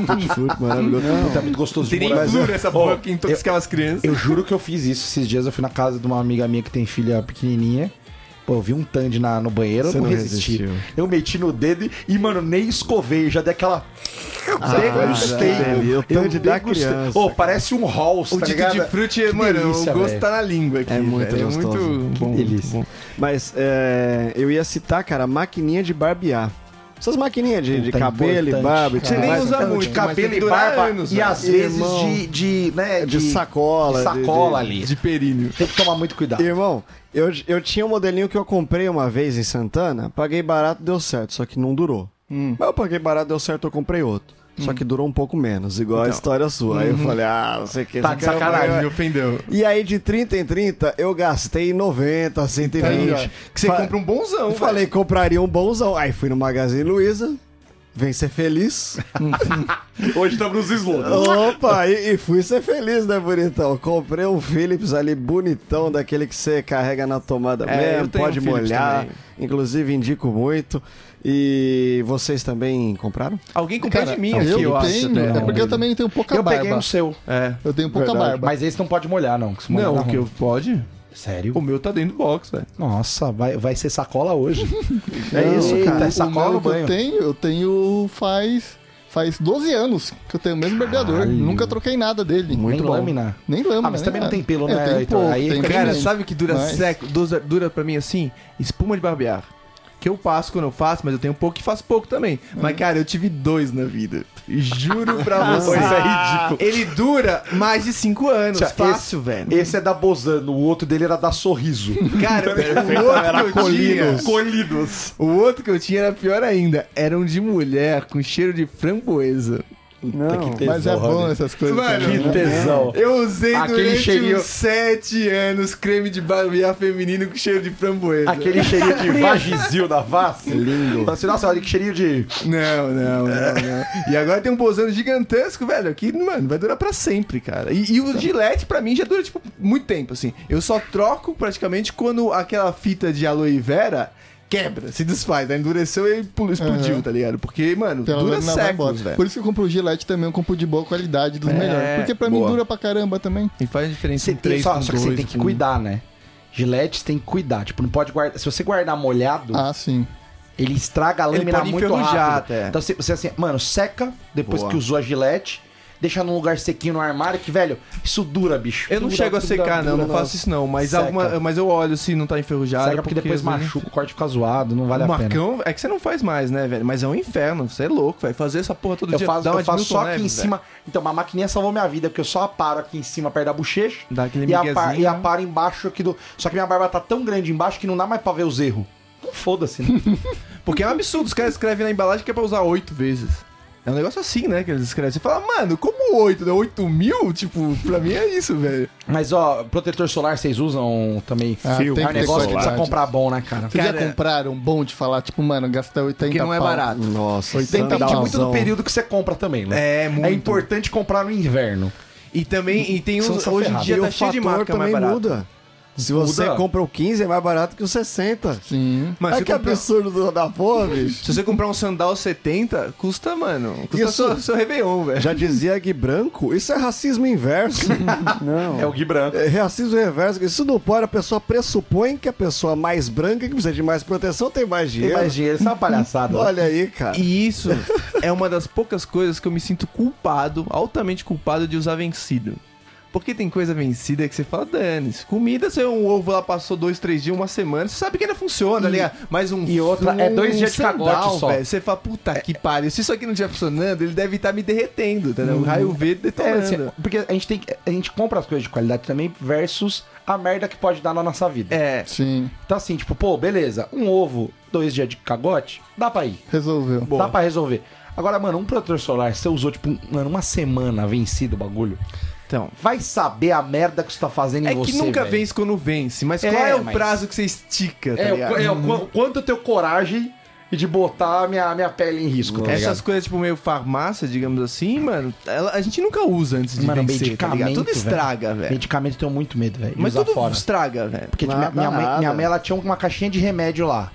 Tandy é Fruit, maravilhoso.
Tá muito gostoso
Tem nem
morar.
flúor essa porra,
Ó,
porque intoxicava as crianças.
Eu juro que eu fiz isso esses dias. Eu fui na casa de uma amiga minha que tem filha pequenininha. Pô, eu vi um tande na, no banheiro,
Você
eu não
não
resisti.
resistiu.
Eu meti no dedo e- e, mano, nem escovei. Já dei aquela.
Ah,
degustei.
velho, e o Tandy da criança,
Ô,
cara.
parece um Halls,
O
tá
dito
ligado?
de frute, mano,
delícia,
o gosto
velho.
tá na língua aqui.
É muito
velho,
gostoso.
muito
Que
bom.
delícia.
muito
Mas é, eu ia citar, cara, maquininha de barbear. Essas maquininhas de, de
Puta,
cabelo e
importante,
barba
Um
e
cara.
Você
tudo
nem
mais.
usa
Então,
muito,
de
mas tem
cabelo
que
e
durar
barba.
anos,
e
velho.
às vezes
Irmão.
de, né? de, né,
De sacola.
de
de-
sacola
de-
ali.
bom. De períneo.
Tem que tomar muito cuidado.
Irmão, eu, eu tinha um modelinho que eu comprei uma vez em Santana, paguei barato, deu certo, só que não durou.
Hum.
Mas eu paguei barato, deu certo, eu comprei outro. Só que durou um pouco menos, igual a história sua. Aí eu falei, ah, não sei o que.
Então. Uhum. Tá
não
é
sei o
de
que, eu-
sacanagem,
Me ofendeu.
E aí, de 30 em 30, eu gastei 90, 120.
Que você
Fa-
Então,
compra um bonzão,
Eu falei, compraria um bonzão. Aí fui no Magazine Luiza, Vem ser feliz.
Hoje estamos nos slogans.
Opa, e, e fui ser feliz, né, bonitão? Comprei um Philips ali bonitão, daquele que você carrega na tomada
É, eu
mesmo,
tenho
pode
um Philips
molhar.
também.
Inclusive, indico muito. E vocês também compraram?
Alguém com o é um pé de mim aqui,
eu
eu acho.
tenho,
né?
é porque eu também tenho pouca
eu
barba.
peguei no seu.
É.
Eu tenho pouca
Verdade.
barba.
Mas esse não pode molhar, não. que se molhar
Não,
dá
o que
ruim.
eu pode?
Sério?
O meu tá dentro do box, velho.
Nossa, vai, vai ser sacola hoje.
É isso,
Eita,
cara.
é sacola
o
no
meu que eu
banho.
tenho, eu tenho faz faz 12 anos que eu tenho o mesmo mergulhador.
Caralho.
Nunca troquei nada dele.
Nem
Muito bom.
lâmina.
Nem lâmina.
Ah, mas
nem
também não
nada.
tem pelo,
É,
né,
tem
Heitor?
pouco,
Aí
tem
fica
bem
Cara,
menos.
sabe o que dura
Mas-
século? Dura, dura pra mim assim? Espuma de barbear. Que eu passo quando eu faço, mas eu tenho pouco e faço pouco também. Mas, cara, eu tive dois na vida. Juro pra você.
Isso é ridículo.
Ele dura mais de cinco anos.
Tia,
fácil, velho.
Esse é da Bozano, o outro dele era da Sorriso.
Cara, o outro que eu tinha...
Colhidos.
O outro que eu tinha era pior ainda. Era um de mulher com cheiro de framboesa.
Não.
Mas é bom essas coisas.
Mano,
também, né?
tesão.
Eu usei
Aquele
durante
cheirinho-
uns sete anos creme de barbear feminino com cheiro de framboesa.
Aquele cheirinho de vagizil da face. Lindo. Assim, nossa, olha que cheirinho de...
Não, não, não,
É.
não. E agora tem um bozano gigantesco, velho, que, mano, vai durar pra sempre, cara. E, e
Tá.
o Gillette, pra mim, já dura, tipo, muito tempo, assim. Eu só troco, praticamente, quando aquela fita de aloe vera quebra, se desfaz, né? Endureceu e pul- explodiu,
Aham.
tá ligado? Porque, mano,
Pela
dura
lâmina vai
séculos,
embora.
velho.
Por isso que eu compro o Gillette também, eu compro de boa qualidade dos
É,
melhores. Porque pra mim
boa.
dura pra caramba também.
E faz diferença
Você
em
tem,
Um três
só,
com
só que você
dois, um.
tem que
com-
cuidar, né? Gillette tem que cuidar. Tipo, não pode guardar. Se você guardar molhado,
Ah, sim.
ele estraga a
Ele
lâmina
pode
muito
enferrujar
rápido.
até.
Então você, você assim, mano, seca depois
Boa.
que usou a Gillette, deixa num lugar sequinho no armário, que, velho, isso dura, bicho.
Eu não
Dura,
chego a
dura,
secar, não,
dura,
não faço isso não. Mas,
Seca.
alguma, mas eu olho se não tá enferrujado.
Seca porque depois machuca, o corte fica zoado, não vale a pena.
né? Marcão, é que você não faz mais, né, velho? Mas é um inferno, você é louco, velho. Fazer essa porra todo
Eu
um dia
faço,
dá uma
eu faço
de
só
Milton
aqui em
Neves, velho.
cima. Então, uma maquininha salvou minha vida, porque eu só aparo aqui em cima perto da bochecha.
Dá aquele
e,
miguezinho,
aparo, e
né?
aparo embaixo aqui do. Só que minha barba tá tão grande embaixo que não dá mais pra ver os erros. Então foda-se, né?
Porque é um absurdo, os caras escrevem na embalagem que é pra usar oito vezes. É um negócio assim, né, que eles escrevem. Você fala, mano, como oito, né? Oito mil? Tipo, pra mim é isso, velho.
Mas ó, protetor solar vocês usam também.
Ah,
Fio.
tem
é
que
um
ter
negócio que precisa
qualidade.
comprar bom, né, cara?
Vocês
Cara,
já compraram bom de falar, tipo, mano, gastar 80
Porque não é
pau.
barato.
Nossa,
Oitenta
Depende
paus.
sandalzão.
um muito do período que você compra também, né?
É, muito.
É importante comprar no inverno.
E também, e tem
São
uns,
só
hoje em
ferrado.
dia
E
tá
o
cheio de
fator
marca mais
também
barata.
muda. Se você
Muda.
compra o 15, é mais barato que o 60.
Sim.
Mano,
Olha
se,
que
comprar,
absurdo da porra, bicho.
se você comprar um sandal 70, custa, mano, custa
Isso.
seu, seu Réveillon, velho.
Já dizia Gui Branco, isso é racismo inverso.
É o Gui Branco.
É racismo reverso. Isso não pode, a pessoa pressupõe que a pessoa mais branca, que precisa de mais proteção, tem mais
Tem
dinheiro.
mais dinheiro, isso é uma palhaçada.
Olha aí, cara.
E isso é uma das poucas coisas que eu me sinto culpado, altamente culpado de usar vencido. Porque tem coisa vencida que você fala, dane-se. Comida, você um ovo lá passou dois, três dias, uma semana, você sabe que ainda funciona, tá ligado? Mas um.
e outra,
um
é dois dias de
sandal,
cagote só.
velho, Você fala, puta que pariu, se isso aqui não estiver funcionando, ele deve estar me derretendo, entendeu? O raio V
É,
detonando.
assim, porque a gente tem que- a gente compra as coisas de qualidade também versus a merda que pode dar na nossa vida.
é.
Sim.
Então assim, tipo, pô, beleza, um ovo, dois dias de cagote, dá pra ir.
Resolveu.
Dá pra resolver. Agora, mano, um protetor solar, você usou, tipo, um- mano, uma semana vencido o bagulho.
Então.
Vai saber a merda que isso tá fazendo em
É
você,
que nunca
velho.
vence quando vence, mas
É,
qual é o
mas-
prazo que você estica, tá
É, o,
ligado?
é, o qu- quanto eu tenho coragem de botar a minha, minha pele em risco, tá
Essas
ligado?
coisas, tipo, meio farmácia, digamos assim, mano, ela- a gente nunca usa antes de
Mano,
vencer, tá ligado?
medicamento,
Tudo
velho.
estraga, velho.
Medicamento eu tenho muito medo, velho. de
Mas
usar
tudo
fora.
estraga, velho.
Porque tipo,
Nada,
minha, minha mãe,
nada.
minha mãe, ela tinha uma caixinha de remédio lá.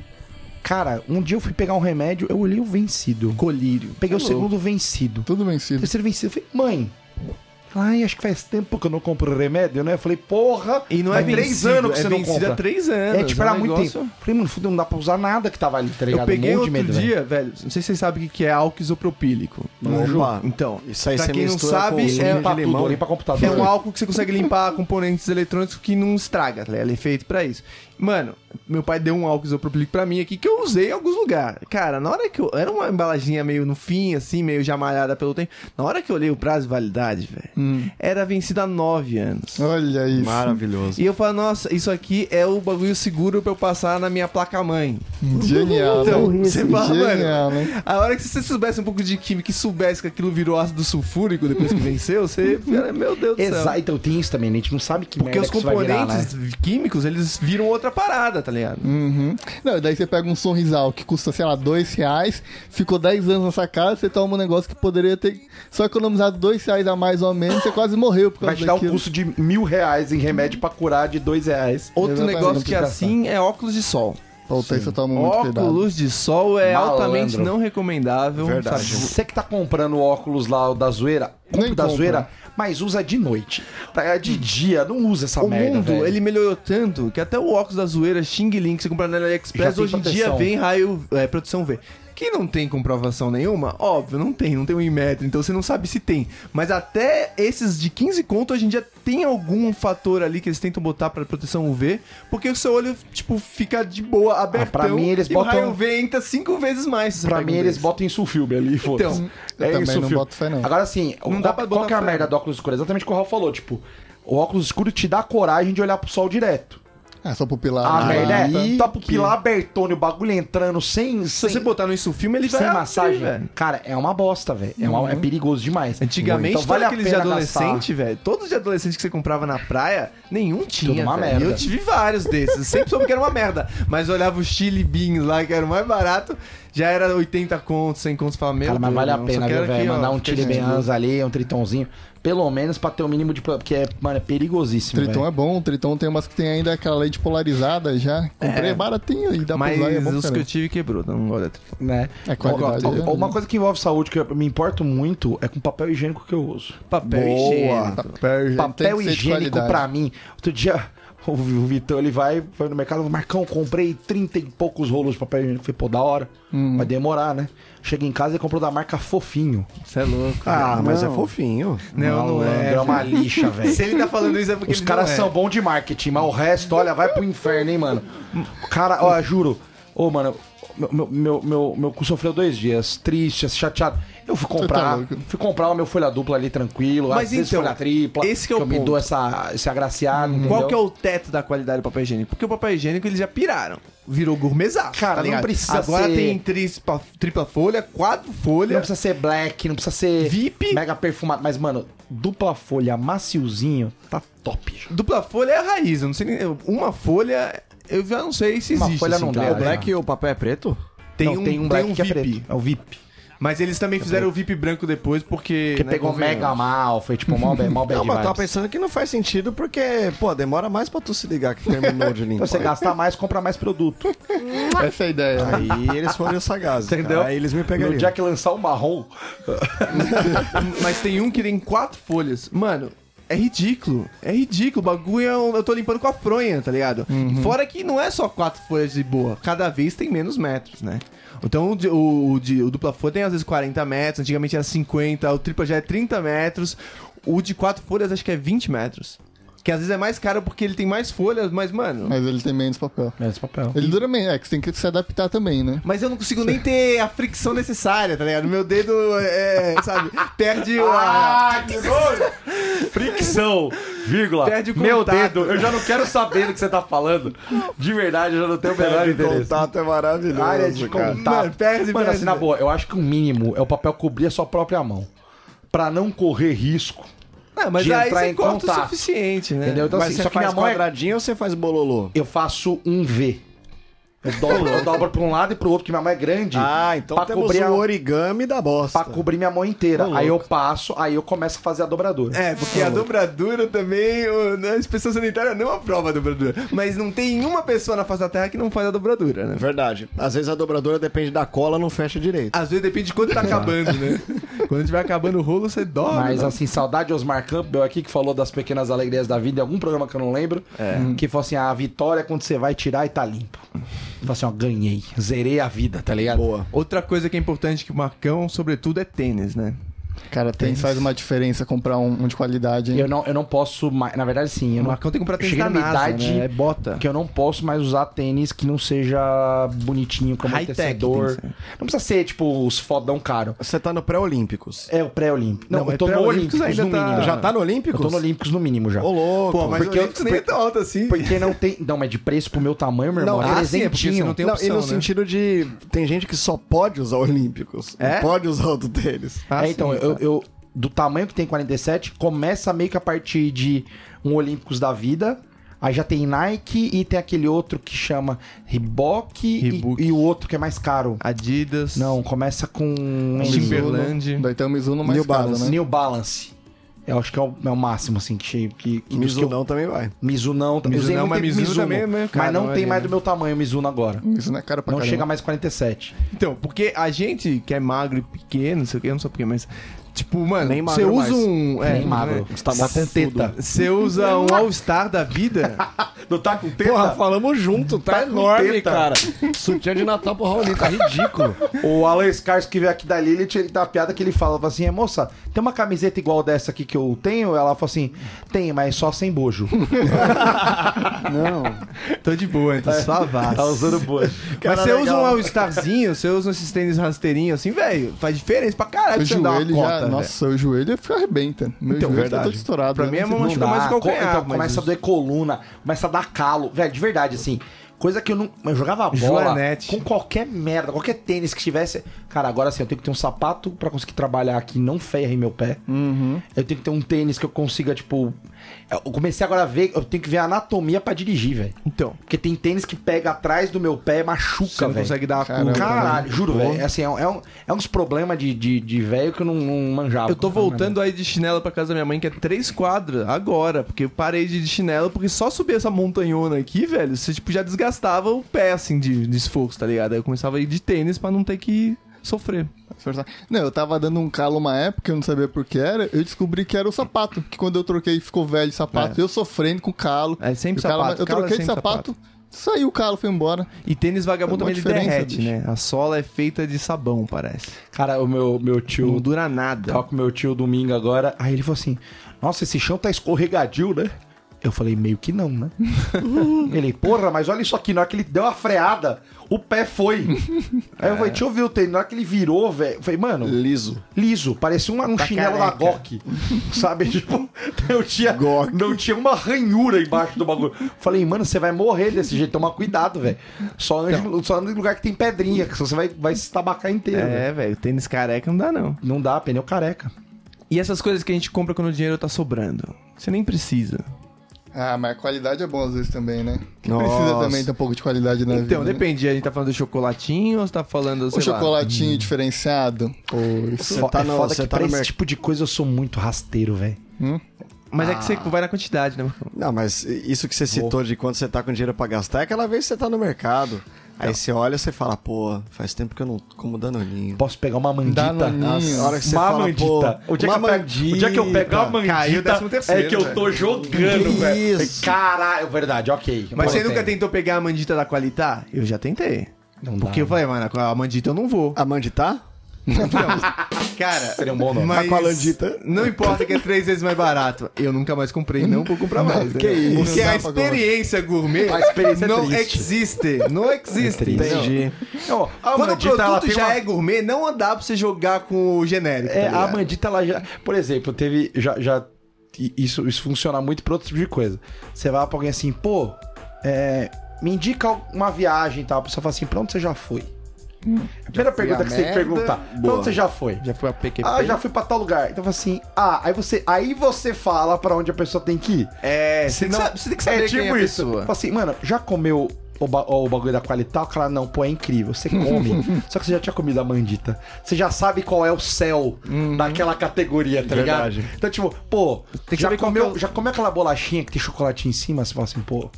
Cara, um dia eu fui pegar um remédio, eu olhei o vencido.
Colírio.
Peguei
É
o
louco.
segundo vencido.
Tudo vencido.
Terceiro vencido. Eu falei, mãe. ela, Ai, acho que faz tempo que eu não compro remédio, né? Eu falei, porra.
E não é
faz
vencido,
três anos que
é
Tá você não
vencido
compra.
há três anos.
É, tipo, era
um
muito
negócio-
tempo. Falei, mano, fudeu, não dá pra usar nada que tava ali, tá ligado?
Eu peguei
um monte
outro
de medo, velho.
dia, velho. Não sei se vocês sabem o que que é álcool isopropílico.
Opa.
Então,
Isso aí
pra
você
quem não
mistura
sabe,
com suco
é,
de
Pra tudo,
limão.
olhei pra computador.
É um álcool que você consegue limpar componentes eletrônicos que não estraga, tá ligado? Ele é feito pra isso. Mano, meu pai deu um álcool isopropílico pra mim aqui que eu usei em alguns lugares. Cara, na hora que eu. Era uma embalaginha meio no fim, assim, meio já malhada pelo tempo. Na hora que eu olhei o prazo de validade, velho, era vencido há nove anos.
Olha isso.
Maravilhoso.
E eu falo, nossa, isso aqui é o bagulho seguro pra eu passar na minha placa-mãe.
Genial.
Então,
né?
você fala,
Genial,
mano.
né?
A hora que você soubesse um pouco de química e soubesse que aquilo virou ácido sulfúrico depois que venceu, você. Meu Deus do céu.
Exato, então tem isso também, né? A gente não sabe que
Porque
merda
os
que isso vai virar, né? Hum,
componentes químicos, eles viram outra parada, nada, tá ligado?
Uhum. Não, e daí você pega um sorrisal que custa, sei lá, dois reais, ficou 10 anos nessa casa, você toma um negócio que poderia ter só economizado dois reais a mais ou a menos, você quase morreu por causa
Vai te dar um
daquilo.
custo de mil reais em remédio pra curar de dois reais.
Outro
Exatamente,
negócio que é
não
assim é óculos de sol.
Puta, aí você toma muito cuidado.
Óculos de sol é
Malandro.
altamente não recomendável.
Verdade.
sabe?
Você que tá comprando o óculos lá o da zoeira, compra
Nem
o da
compra.
zoeira, mas usa de noite. Tá? É De dia, não usa essa
Hum. O
merda.
mundo,
velho.
ele melhorou tanto que até o óculos da zoeira Xing Ling que você compra na AliExpress,
Já tem
hoje em dia
proteção.
vem raio, é, proteção V. Que não tem comprovação nenhuma? Óbvio, não tem, não tem um imetro, então você não sabe se tem. Mas até esses de 15 conto, hoje em dia tem algum fator ali que eles tentam botar pra proteção UV, porque o seu olho, tipo, fica de boa, abertão.
Ah, pra mim, eles
e
botam-
o raio UV entra cinco vezes mais. se você
Pra
pega
mim,
um
eles
desses.
botam insulfilme ali, foda-se.
Então,
eu também não
insulfilme.
boto fé, não.
Agora sim,
Não
o-
dá pra
qual, qual
botar
que é a
fé,
merda
não.
do óculos escuro? Exatamente o que o Raul falou, tipo, o óculos escuro te dá coragem de olhar pro sol direto.
Ah, só pupilar.
A merda é,
dilata.
tá pro pilar abertone, o bagulho entrando sem...
Se
sem...
você botar no isso filme, ele vai
Sem
abrir,
massagem,
velho. Uhum.
cara, é uma bosta, velho. É, uma- é perigoso demais.
Antigamente,
então, vale a
aqueles de
pena
adolescente, velho. Todos de adolescente que você comprava na praia, nenhum tinha.
uma
velho. E Eu
merda.
tive vários desses. Eu Sempre soube que era uma merda. Mas eu olhava o Chili Beans lá, que era o mais barato. Já era 80 contos, 100 contos. Falava, meu
Cara, mas
Deus,
vale a
não, só
pena,
quero
viu, velho,
aqui, ó,
mandar um
fica
Chile
gente boa.
Benz ali, um Tritonzinho. Pelo menos pra ter o mínimo de... Porque, é, mano, é perigosíssimo,
Triton
velho.
é bom, Triton tem umas que tem ainda aquela lente polarizada já. Comprei é. baratinho
um
e dá pra
Mas
usar e é bom
os
pra
que eu
caramba.
tive quebrou, um não gosto da Triton.
Né?
É qualidade,
Ó, ó,
é.
ó, Uma coisa que envolve saúde que eu me importo muito é com papel higiênico que eu uso.
Papel higiênico.
Papel, tem
papel
que ser de
higiênico
qualidade.
pra mim. Outro dia o Vi- o Vitão ele vai, vai no mercado, Marcão, comprei 30 e poucos rolos de papel higiênico. Falei, pô, da hora. Vai demorar, né? Chega em casa e comprou da marca Fofinho.
Você é louco.
Ah, mas é
Não.
fofinho.
Não, não é.
Malandro, uma lixa,
Se
velho.
ele tá falando isso é porque
Os
ele
caras
não é.
são bons de marketing, mas o resto, olha, vai pro inferno, hein, mano. Cara, ó, juro. Ô, mano, meu, meu, meu, meu, meu cu sofreu dois dias, triste, chateado. Eu fui
tá
comprar,
louco.
fui comprar o meu folha dupla ali, tranquilo.
Mas
às vezes
então,
folha tripla.
esse que é o
eu me
ponto.
dou essa, esse agraciado,
Qual
entendeu?
que é o teto da qualidade do papel higiênico? Porque o papel higiênico eles já piraram. Virou gourmetzaço.
Cara, não
ligado?
precisa
Agora
ser-
tem tripla, tripla folha, quatro folhas.
Não precisa ser black, não precisa ser
VIP.
mega perfumado, mas mano, dupla folha, maciozinho, tá top. já.
Dupla folha é a raiz. Eu não sei nem. Uma folha, eu já não sei se
Uma
existe.
folha não
tá
dá,
ligado?
né?
Black-
e o papel é preto?
Tem,
Não,
um,
tem um
tem
black
um
que é
VIP.
preto. É o VIP.
Mas eles também fizeram o VIP branco depois porque.
é Que
né,
pegou
convenhamos.
mega mal, foi tipo mal bad, mal bad
Não, mas
tá
eu tava
vibes.
pensando que não faz sentido porque, pô, demora mais pra tu se ligar que terminou de limpar.
Pra Então, você gastar mais, comprar mais produto.
Essa é a ideia.
Aí eles foram sagazes. cara.
Entendeu?
Aí eles me pegariam.
No dia que lançar o marrom,
Mas tem um que tem quatro folhas. Mano. É ridículo, é ridículo. O bagulho é um- eu tô limpando com a fronha, tá ligado? Fora que não é só quatro folhas de boa, cada vez tem menos metros, né? Então o, de- o, o de- o dupla folha tem às vezes 40 metros, antigamente era 50, o tripla já é 30 metros, o de quatro folhas acho que é 20 metros. Que às vezes é mais caro porque ele tem mais folhas, mas mano.
Mas ele tem menos papel.
é esse papel.
Ele dura menos, é que você tem que se adaptar também, né?
Mas eu não consigo nem ter a fricção necessária, tá ligado? Meu dedo, é, sabe, perde a.
que nojo! Fricção, vírgula.
Perde o
Meu
contato.
dedo, eu já não quero saber do que você tá falando. De verdade, eu já não tenho o menor
Cara, o
interesse.
contato é maravilhoso,
área de
cara.
contato.
Mano, perde,
Mano,
perde.
assim, na boa, eu acho que o mínimo é o papel cobrir a sua própria mão. Pra não correr risco.
Ah, mas
de
aí
entrar
você
em
corta o
contato.
suficiente, né?
Entendeu? Então,
Mas
assim,
você
só que
faz
minha mão é-
quadradinho ou você faz bololô?
Eu faço um V. Eu dobro, eu dobro pra um lado e pro outro, porque minha mão é grande.
Ah, então
pra
temos
cobrir
o
a-
origami da bosta.
Pra cobrir minha mão inteira.
Ô,
aí eu passo, aí eu começo a fazer a dobradura.
É, porque a dobradura também, o- né, a inspeção sanitária não aprova a dobradura. Mas não tem uma pessoa na face da Terra que não faz a dobradura, né?
É Verdade. Às vezes a dobradora depende da cola, não fecha
Ah.
direito.
Às vezes depende de quando tá acabando, né? Quando tiver acabando o rolo, você né? dobra.
Mas assim, saudade de Osmar Campbell aqui, que falou das pequenas alegrias da vida em algum programa que eu não lembro.
É.
Que falou assim: a vitória é quando você vai tirar e tá limpo. Falou assim, ó, ganhei. Zerei a vida, tá ligado?
Boa.
Outra coisa que é importante que o Marcão, sobretudo, é tênis, né?
Cara, tem, faz uma diferença comprar um, um de qualidade, hein?
Eu não, eu não posso mais. Na verdade, sim. Eu
O
não,
Marcão tem que comprar tênis
Cheguei
da
numa
NASA,
idade
né? É bota.
que eu não posso mais usar tênis que não seja bonitinho, como
High-tech
amortecedor.
tem que
Não precisa ser, tipo, os fodão caro.
Você tá no pré-olímpicos.
É o pré-olímpico. Não,
Não, mas
eu tô no
pré-olímpicos
Olímpicos
ainda
no
tá-
mínimo.
Já tá no
Eu
Olímpicos?
tô no Olímpicos no mínimo já.
Ô, louco.
Pô, mas
Porque
porque
eu-
o Olímpicos nem é tão alto assim.
Porque não tem. Não, mas de preço pro meu tamanho, meu irmão,
Não,
é
ah, sim, é porque você
presentinho.
não tem
Não,
opção,
e no
né?
sentido de... Tem gente que só pode usar Olímpicos.
É?
Não pode usar outro tênis.
Ah,
é, então,
sim,
eu,
tá.
eu- do tamanho que tem 47, começa meio que a partir de um Olímpicos da vida Aí já tem Nike e tem aquele outro que chama Reebok e,
Reebok.
e o outro que é mais caro.
Adidas.
Não, começa com
é Timberland.
Daí tem o um Mizuno mais
New
caro,
Balance.
né?
New Balance. Eu acho que é o, é o máximo, assim, que... que, que dos que eu-
Mizunão também vai.
Mizunão. eu usei
Mizunão,
muito
mas Mizuno também é meio caro,
Mas não
né,
tem
ali,
mais
né?
do meu tamanho o Mizuno agora.
Mizuno é caro pra
Não
caramba.
chega mais 47.
Então, porque a gente que é magro e pequeno, não sei o que, eu não sei porquê, mas. Tipo, mano,
Nem
você
magro
usa
mais.
um.
Nem magro.
né?
Você tá mó com teta.
Você usa um All-Star da vida?
Não tá com teta?
Porra, falamos junto, tá,
Tá com
enorme,
teta.
cara. Sutiã de Natal pro Raoni, tá ridículo.
O Alan Scars que veio aqui da Lilith, ele dá uma piada que ele fala fala assim: "É, moça, tem uma camiseta igual dessa aqui que eu tenho? Ela fala assim: tem, mas só sem bojo.
Tô de boa, então só vá.
tá usando bojo.
Mas você usa um
legal.
All-Starzinho, você usa esses tênis rasteirinhos assim, velho, faz diferença pra caralho
O
você dar uma
joelho
cota,
já.
velho.
Nossa, o joelho fica arrebenta. Meu
Então,
joelho tá
verdade.
todo estourado.
Pra
né?
mim é
Não sei-
uma- Acho
não-
que é mais o
Co-
calcanhar,
então,
mas
começa a
isso-
doer coluna, começa a dar calo. Velho, de verdade, assim. Coisa que eu não. Eu jogava bola
Joanete.
com qualquer merda, qualquer tênis que tivesse. Cara, agora assim, eu tenho que ter um sapato pra conseguir trabalhar que não ferre meu pé.
Uhum.
Eu tenho que ter um tênis que eu consiga, tipo. Eu comecei agora a ver, eu tenho que ver a anatomia pra dirigir, velho.
Então,
Porque tem tênis que pega atrás do meu pé e
você
machuca,
não
velho.
consegue dar a
Caramba.
curva. né?
Caralho, juro, velho. É Assim, é, um- é um, é uns problemas de, de, de velho que eu não, não manjava.
Eu tô voltando aí de chinelo pra casa da minha mãe, que é três quadras, agora. Porque eu parei de ir de chinelo, porque só subir essa montanhona aqui, velho, você, tipo, já desgastava o pé, assim, de, de esforço, tá ligado? Aí eu começava a ir de tênis pra não ter que sofrer.
Forçar. Não, eu tava dando um calo uma época, eu não sabia por que era. Eu descobri que era o sapato. Que quando eu troquei, ficou velho o sapato. Eu sofrendo com calo.
É sempre
E o calo-
sapato,
Eu
calo é
troquei de
sempre
sapato, saiu o calo, foi embora.
E tênis vagabundo
Uma
também ele
diferença,
derrete,
bicho.
né? A sola é feita de sabão, parece.
Cara, o meu, meu tio.
Não dura nada.
Tava com meu tio domingo agora. Aí ele falou assim: Nossa, esse chão tá escorregadio, né? Eu falei, meio que não, né? ele, porra, mas olha isso aqui. Na hora que ele deu uma freada, o pé foi. Aí
É.
eu falei, deixa eu ver o tênis. Na hora que ele virou, velho. Eu falei, mano,
Liso.
liso. Parecia um, um
Tá
chinelo da GOC. Sabe? Tipo, eu tinha, não tinha uma ranhura embaixo do bagulho. Falei, mano, você vai morrer desse jeito. Toma cuidado, velho. Só ande só anda em lugar que tem pedrinha, que senão você vai, vai se tabacar inteiro. velho.
É, velho, tênis careca não dá, não.
Não dá, pneu careca.
E essas coisas que a gente compra quando o dinheiro tá sobrando? Você nem precisa.
Ah, mas a qualidade é boa às vezes também, né? Que precisa
Nossa.
também ter um pouco de qualidade na
Então,
vida. né?
depende, a gente tá falando do chocolatinho ou você tá falando, sei
O
lá... Hum.
chocolatinho diferenciado. Ou isso.
Fo-
tá
é
no-
foda
você
que
tá
pra
no
esse
merc-
tipo de coisa eu sou muito rasteiro, velho.
Mas é que
Ah.
você vai na quantidade, né? Marcão?
Não, mas isso que você citou de quando você tá com dinheiro pra gastar é aquela vez que você tá no mercado. Aí você olha e você fala, pô, faz tempo que eu não como danoninho.
Posso pegar uma mandita?
Danoninho.
Nossa, a hora que você
uma
fala, pô,
mandita. O dia, que eu
uma
pego, o dia que eu pegar a mandita
Caiu o décimo terceiro,
é que eu tô jogando,
Que
velho.
isso?
Caralho, verdade, ok.
Mas
Pô,
você nunca
tem-
tentou pegar a mandita da Qualitá? Eu já tentei.
Não dá, né?
Porque eu falei, mano, com a mandita eu não vou.
A tá? mandita?
Cara,
Seria um bom nome.
mas
Tá com a Landita.
Não importa que é três vezes mais barato. Eu nunca mais comprei, não vou comprar mais.
Que
né?
isso?
Porque
Não
a
dá pra comprar.
experiência gourmet
A experiência é
não
triste.
existe. Não existe.
É triste.
entendeu?
Ó, a
Quando o
mandita, ela
produto
tem
já
uma-
é gourmet, não dá pra você jogar com o genérico.
É,
tá ligado?
a mandita, ela já. Por exemplo, teve. Já, já- i- isso, isso funciona muito pra outro tipo de coisa. Você vai pra alguém assim, pô, é, me indica uma viagem e tal. A pessoa fala assim, pra onde você já foi? A primeira pergunta
a
que você tem que
merda.
perguntar, pra onde você já foi?
Já foi a PQP.
Ah, já fui pra tal lugar. Então assim, ah, aí você, aí você fala pra onde a pessoa tem que ir.
É, você tem que
Senão-
sa- você tem que saber quem é a pessoa.
Fala assim, mano, já comeu o, ba- o bagulho da qualidade? O cara, não, pô, é incrível. Você come. só que você já tinha comido a mandita. Você já sabe qual é o céu daquela categoria, tá
Verdade.
ligado? Então, tipo, pô,
Uhum. É Tem que
já,
saber qual
comeu,
que é o-
já comeu aquela bolachinha que tem chocolatinho em cima? Você fala assim, pô,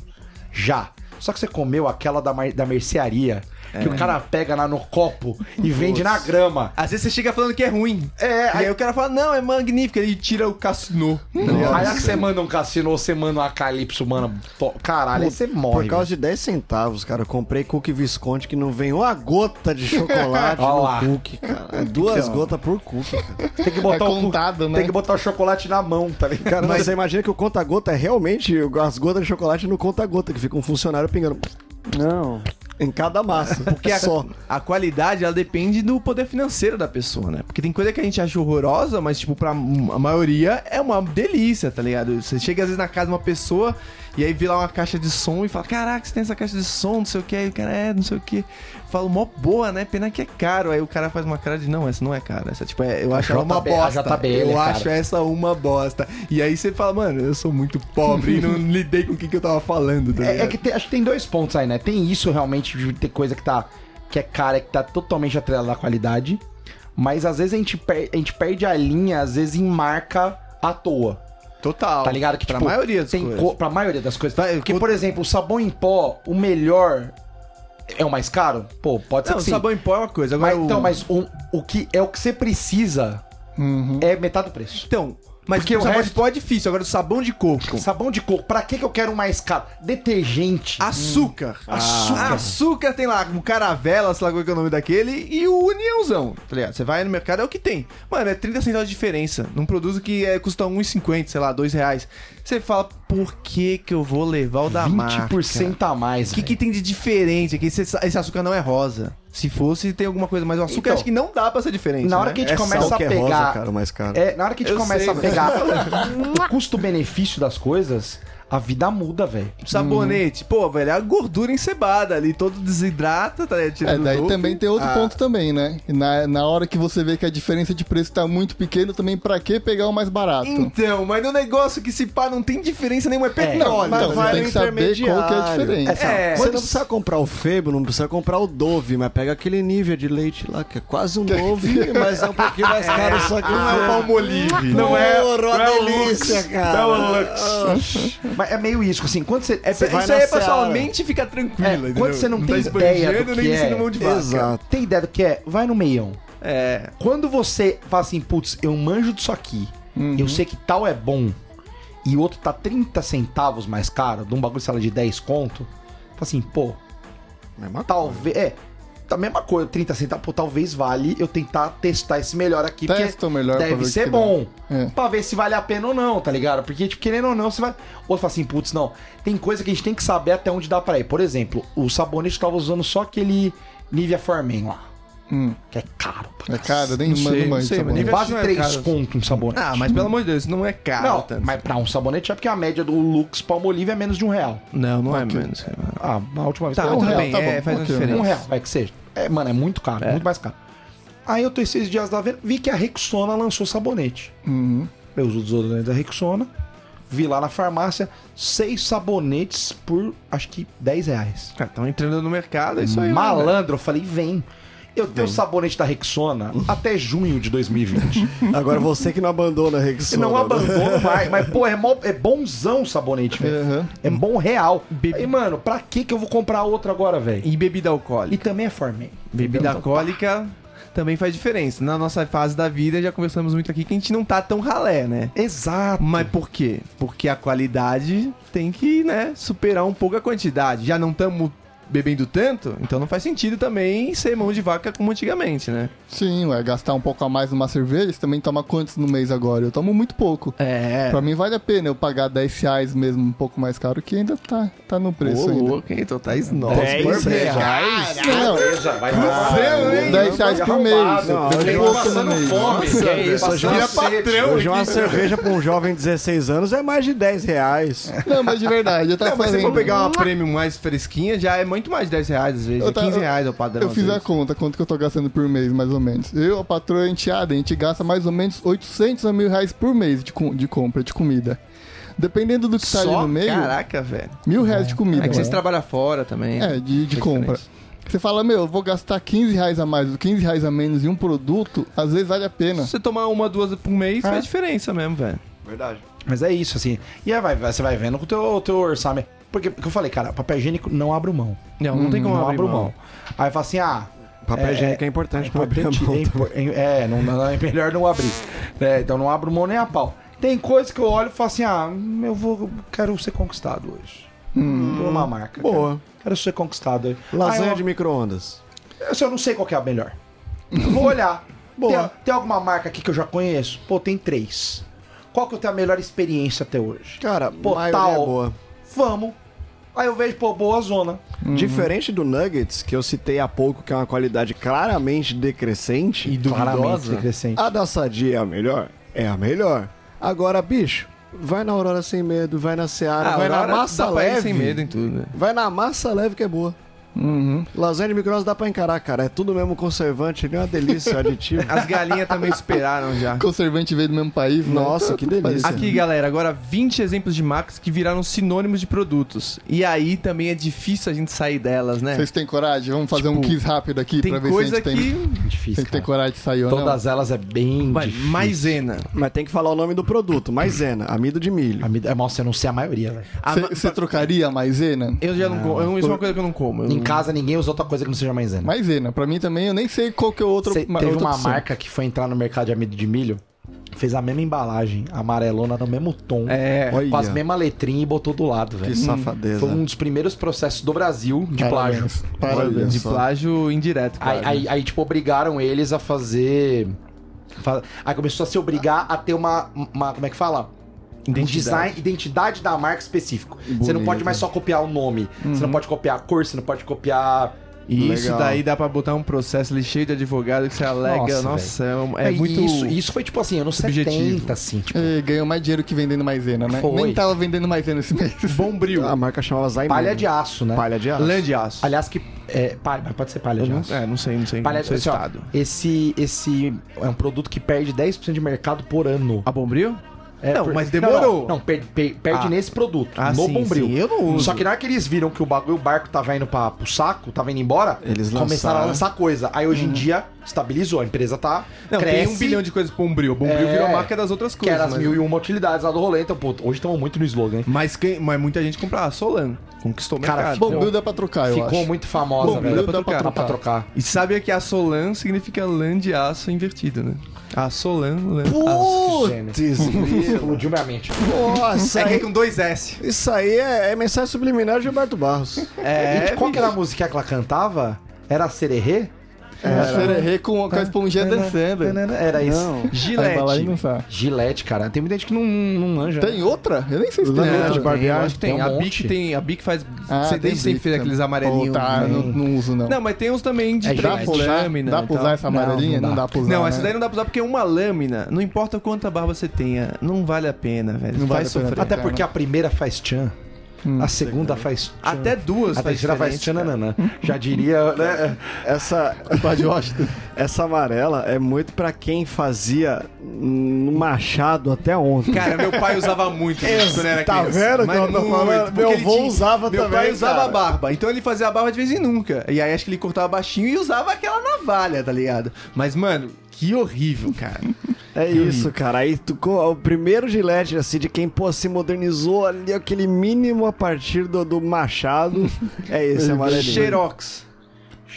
já. Só que você comeu aquela da, mar- da mercearia,
É.
que o cara pega lá no copo e vende na grama.
Às vezes você chega falando que é ruim.
É,
E
aí-
aí, o cara fala, não, é magnífico. Ele tira o cassino.
Aí é que você manda um cassino ou você manda uma calypso, mano. to- Caralho, aí você morre.
Por causa de 10 centavos, cara, eu comprei cookie Visconde que não vem uma gota de chocolate
Ó lá.
no cookie, cara. É Duas gotas por cookie, cara.
velho. tem que botar
É
um
o cu-
contado, né?
Tem que botar o chocolate na mão, tá ligado?
Cara, mas você imagina que o conta-gota é realmente as gotas de chocolate no conta-gota, que fica um funcionário pingando. Não. em cada massa. É
Porque a,
só.
a qualidade, ela depende do poder financeiro da pessoa, né? Porque tem coisa que a gente acha horrorosa, mas, tipo, pra m- a maioria é uma delícia, tá ligado? Você chega, às vezes, na casa de uma pessoa e aí vê lá uma caixa de som e fala, caraca, você tem essa caixa de som, não sei o que. Aí o cara, é, não sei o que. Fala, mó boa, né? Pena que é caro. Aí o cara faz uma cara de, não, essa não é cara. Essa, tipo, é- eu acho ela uma
JB, a
bosta.
JBL é
eu
cara.
acho essa uma bosta. E aí você fala, mano, eu sou muito pobre e não lidei com o que, que eu tava falando, tá
É, é
ligado?
que tem- acho que tem dois pontos aí, né? Tem isso realmente de ter coisa que tá. que é cara, que tá totalmente atrelada à qualidade. Mas às vezes a gente, per- a gente perde a linha, às vezes em marca à toa.
Total.
Tá ligado? Que,
pra
tipo,
maioria das
tem
coisas.
co- pra maioria das coisas.
Vai,
Porque,
co-
por exemplo, o sabão em pó, o melhor é o mais caro? Pô, pode ser
Não,
que sim.
sabão em pó é uma coisa. Agora
Mas,
o...
Então, mas o, o que é o que você precisa
Uhum.
é metade do preço.
Então, mas
Porque
o
o
sabão
resto- Hum.
de pó é difícil. Agora o sabão de coco.
Sabão de coco, pra que, que eu quero um mais caro? Detergente.
Açúcar.
Ah. Açúcar.
Açúcar tem lá o caravela, sei lá qual que é o nome daquele, e o uniãozão, tá ligado? Você vai no mercado, é o que tem. Mano, é 30 centavos de diferença num produto que é, custa 1,50, sei lá, 2 reais. Você fala, por que que eu vou levar o da marca?
20% a mais.
O que,
velho.
que tem de diferente? É que esse, esse açúcar não é rosa. Se fosse, tem alguma coisa, mas o açúcar
Então,
acho que não dá pra ser diferente.
na hora
né?
que a gente
É
começa
sal
a
que é
pegar.
rosa, cara, mais caro.
É, na hora que a gente
Eu
começa
sei, né?
a pegar o custo-benefício das coisas, a vida muda, velho.
Sabonete, pô, velho, é a gordura encebada ali, todo desidrata, tá ligado?
É,
Tirando
daí
doce.
também tem
Ah.
outro ponto também, né? Na, na hora que você vê que a diferença de preço tá muito pequena, também pra que pegar o mais barato?
Então, mas no negócio que se pá não tem diferença nenhuma, é petróleo.
Então,
Mas vai-
você tem
no
que saber qual que é a
intermediário.
diferença.
É,
Você não precisa comprar o Febo, não precisa comprar o Dove, mas pega aquele nível de leite lá, que é quase um Dove, mas é um pouquinho mais caro, só que não é
Palmolive.
Não é, não é
o
delícia, cara.
Mas é meio isso, assim, quando você. É,
Cê-
vai
isso aí
na
é pra sua
Seara.
mente ficar tranquila.
É,
entendeu?
quando você não tem
tá
ideia
esbanjando,
do
nem
que
descendo
é.
mão de vaca.
Exato.
Tem ideia do que é? Vai no meião.
É.
Quando você fala assim, putz, eu manjo disso aqui, eu sei que tal é bom, e o outro tá 30 centavos mais caro, de um bagulho, sei lá, de 10 conto, fala assim, pô, talvez. É, tá a mesma coisa, 30 centavos, pô, talvez vale eu tentar testar esse melhor aqui,
Testa o melhor pra ver
deve
o que
ser
que
bom.
dá. É.
Pra ver se vale a pena ou não, tá ligado? Porque, tipo, querendo ou não, você vai. Ou fala assim, putz, não. Tem coisa que a gente tem que saber até onde dá pra ir. Por exemplo, o sabonete tava usando só aquele Nivea Formen lá.
Hum.
Que é caro, pra
É caro, nem
Não sei,
mano,
não
mano.
sei, mas
tem
Nivea
quase
não é
3
caro.
conto um sabonete.
Ah, mas pelo amor de Deus, isso não é caro.
não,
tanto.
mas pra um sabonete é porque a média do Lux Palmolive é menos de um real.
não, não é menos. cara.
Ah, a última vez
Tá,
que eu
tudo
real,
bem,
tá
é,
bom,
faz uma
ok.
diferença.
Um real, vai que seja. É, mano, é muito caro, muito mais caro. Aí eu tô esses dias lá vendo, vi que a Rexona lançou sabonete.
Uhum.
Eu uso o desodorante da Rexona, vi lá na farmácia, seis sabonetes por, acho que, 10 reais.
Cara, Tá, tão entrando no mercado, é isso aí. né, velho?
Malandro, eu falei, vem. Eu tenho sabonete da Rexona até junho de 2020.
Agora você que não abandona a
Se
Rexona.
não
né?
abandono, vai. Mas, pô, é, mó- é bonzão o sabonete, velho.
Uhum.
Aham.
É bom real.
Bebe-
E, mano, pra que que eu vou comprar outro agora, velho?
E bebida alcoólica?
E também é Então, Farman.
Bebida
Então,
alcoólica também faz diferença. Na nossa fase da vida, já conversamos muito aqui que a gente não tá tão ralé, né?
Exato.
Mas por quê? Porque a qualidade tem que, né, superar um pouco a quantidade. Já não estamos bebendo tanto, então não faz sentido também ser mão de vaca como antigamente, né?
Sim, ué, gastar um pouco a mais numa cerveja, você também toma quantos no mês agora? Eu tomo muito pouco.
É.
Pra mim vale a pena eu pagar 10 reais mesmo, um pouco mais caro, que ainda tá, tá no preço ainda.
hein? Então tá esnosa.
é. Não,
vai
não, 10 reais por mês.
Não,
eu
eu
tenho
tô
outro no mês.
Que
é
isso,
hoje uma cerveja-
é
Hoje uma cerveja pra um jovem de 16 anos é mais de 10 reais.
Não, mas de verdade, eu tava
Mas se
fazendo.
for pegar uma prêmio mais fresquinha, já é muito mais de 10 reais às vezes.
Eu
é
tava-
15 reais é o padrão.
Eu
às
fiz a
vezes.
conta, quanto que eu tô gastando por mês, mais ou menos. Eu, a patroa e a enteada, a gente gasta mais ou menos 800 a mil reais por mês de, com- de compra, de comida. Dependendo do que tá ali
Só?
no meio,
Caraca, velho.
mil reais de comida.
É que vocês
né?
trabalham fora também.
É, de, de
Tem
compra.
diferença.
Você fala, meu, eu vou gastar 15 reais a mais, 15 reais a menos em um produto, às vezes vale a pena.
Se você tomar uma, duas por mês,
É.
faz diferença mesmo, velho.
Verdade.
Mas é isso, assim. E aí vai, vai- você vai vendo com o teu, o teu orçamento. Porque, porque eu falei, cara, papel higiênico não abro mão.
Não, não tem como
não
abrir
abro mão.
mão.
Aí fala assim, ah...
Papel
é-
higiênico é importante pra abrir a
importante,
mão.
é impor- É, não, não- é melhor não abrir. É, então não abro mão nem a pau. Tem coisa que eu olho e falo assim, ah, eu vou, eu quero ser conquistado hoje. Por uma marca.
Hum. Boa.
Quero, quero ser conquistado hoje.
Lasanha
Aí
de
eu-
micro-ondas.
Eu, só não sei qual que é a melhor. Vou olhar.
Boa.
Tem, tem alguma marca aqui que eu já conheço? Pô, tem três. Qual que eu tenho a melhor experiência até hoje?
Cara,
Pô,
maioria
tal.
é boa.
Vamos. Aí eu vejo, pô, boa zona.
Uhum. Diferente do Nuggets, que eu citei há pouco, que é uma qualidade claramente decrescente,
Claramente
Ah,
decrescente.
a da Sadia é a melhor? É a melhor. Agora, bicho, vai na Aurora sem medo, vai na
Ah,
Seara, vai na massa leve.
sem medo em tudo. né?
Vai na massa leve que é boa. Lasanha de micro-ondas dá pra encarar, cara. É tudo mesmo conservante, ele é uma delícia, aditivo.
As galinhas também superaram já.
Conservante veio do mesmo país, né?
Nossa, que delícia.
Aqui, galera, agora 20 exemplos de marcas que viraram sinônimos de produtos. E aí também é difícil a gente sair delas, né?
Vocês têm coragem? Vamos fazer um
Tipo,
quiz rápido aqui
Tem
pra ver se
coisa
a gente tem.
que.
Difícil.
Tem que ter
cara.
coragem de sair ou não.
Todas elas é bem
Vai,
difícil.
maisena.
Mas tem que falar o nome do produto. Maisena, amido de milho.
A mi- é, Nossa, eu não sei a maioria, velho.
A ma-
Você trocaria a maisena?
Eu já não, como. eu- Isso é uma coisa que eu não como. Eu
Hum.
Em
não-
casa ninguém usa outra coisa que não seja maisena.
Maisena, pra mim também, eu nem sei qual que é o outro.
Cê-
ma-
teve
outra
uma
opção.
marca que foi entrar no mercado de amido de milho, fez a mesma embalagem, amarelona no mesmo tom,
É.
Olha,
com as mesmas letrinhas e botou do lado,
que
velho.
safadeza.
Foi um dos primeiros processos do Brasil de plágio.
Parabéns. Parabéns.
De plágio indireto.
Aí,
claro. né?
aí- aí, tipo, obrigaram eles a fazer. fa- Aí começou a se obrigar a ter uma. uma- como é que fala? Um
Identidade.
design, identidade da marca específico. Você não pode mais só copiar o nome. Você
Uhum.
não pode copiar a cor, você não pode copiar.
E isso
Legal.
daí dá pra botar um processo ali cheio de advogado que você alega.
Nossa,
Nossa, é, um- é
E
muito.
Isso, isso foi tipo assim, anos
subjetivo.
70, assim. Tipo,
É, ganhou mais dinheiro que vendendo maisena, né?
Foi.
Nem tava vendendo maisena esse mês.
Bombril.
A marca chamava
É
Zaimin.
palha de aço, né?
Palha de aço.
Lã de aço.
Aliás, que. É, palha, mas pode ser palha de aço.
É, não sei, não sei.
Palha
não
de
sei o
assim, ó,
estado.
Esse, esse é um produto que perde 10% de mercado por ano.
A Bombril?
É,
não,
per-
mas demorou.
Não, não, per- per- perde
Ah.
nesse produto,
Ah,
no
sim,
bombril.
sim, eu não uso.
Só que na hora que eles viram que o, bagulho, o barco tava indo pra, pro saco, tava indo embora,
Eles
começaram a
lançaram.
lançar coisa. Aí hoje em dia, estabilizou, a empresa tá.
Uhum. Não,
cresce,
tem um bilhão de coisas pro Bombril. Bombril
É.
virou marca das outras
Que
coisas.
era as
mas-
mil e uma utilidades lá do rolê, então, pô, hoje estamos muito no slogan, hein?
Mas, quem, mas muita gente compra a Solan. Conquistou o
Cara,
mercado.
ficou-
Bombril dá pra
Ah,
trocar, eu
Ficou
acho.
muito famosa,
Bombril
velho.
dá pra
Dá pra
trocar.
trocar.
E sabe que a Solan significa lã de aço invertido, né? A Solan, lã
Putz, grilo.
Explodiu minha mente.
Nossa,
É que é
aí-
com dois S.
isso aí é, é mensagem subliminar de Gilberto Barros.
É,
e qual que era a música que ela cantava? Era Sererê?
é.
Era. Sererê com, com a esponjinha dançando.
Era isso.
A embalagem não
Gillette.
sabe.
Gillette, cara. Tem muita gente que não, não manja. né?
Tem outra? Eu nem sei se tem
Lã de
outra.
barbear.
Eu acho que tem.
Tem um
a
monte.
Bic tem. A Bic faz.
Ah,
você
tem
desde sempre
Bic
fez
também.
aqueles amarelinhos.
Pô, tá, eu
né?
não, não uso, não.
Não, mas tem uns também de
É,
dá pra usar,
lâmina.
dá
e
pra
tal.
usar essa amarelinha?
Não,
Não,
não
dá pra usar.
Não,
né?
essa daí não dá pra usar porque é uma lâmina, não importa quanta barba você tenha, não vale a pena, velho.
Não
Não
vale
vai
a pena
sofrer.
Até
Cara,
porque a primeira faz tchan,
Hum.
a segunda faz tchan.
Até duas
a
faz
terceira faz
diferença,
tchan, nananã. Já diria, né?
Essa,
Bud Washington.
essa amarela é muito pra quem fazia no Machado até ontem.
Cara, meu pai usava muito isso quando era
Tá
criança.
vendo que
Mas
eu tô
muito,
falando?
porque
Meu
ele
avô usava
meu
também,
pai usava
cara.
barba, então ele fazia a barba de vez em nunca. E aí acho que ele cortava baixinho e usava aquela navalha, tá ligado? Mas, mano, que horrível, cara.
É isso, cara. Aí tu, co- o primeiro gilete, assim, de quem, pô, se modernizou ali, aquele mínimo a partir do, do Machado. É esse amarelinho.
Xerox.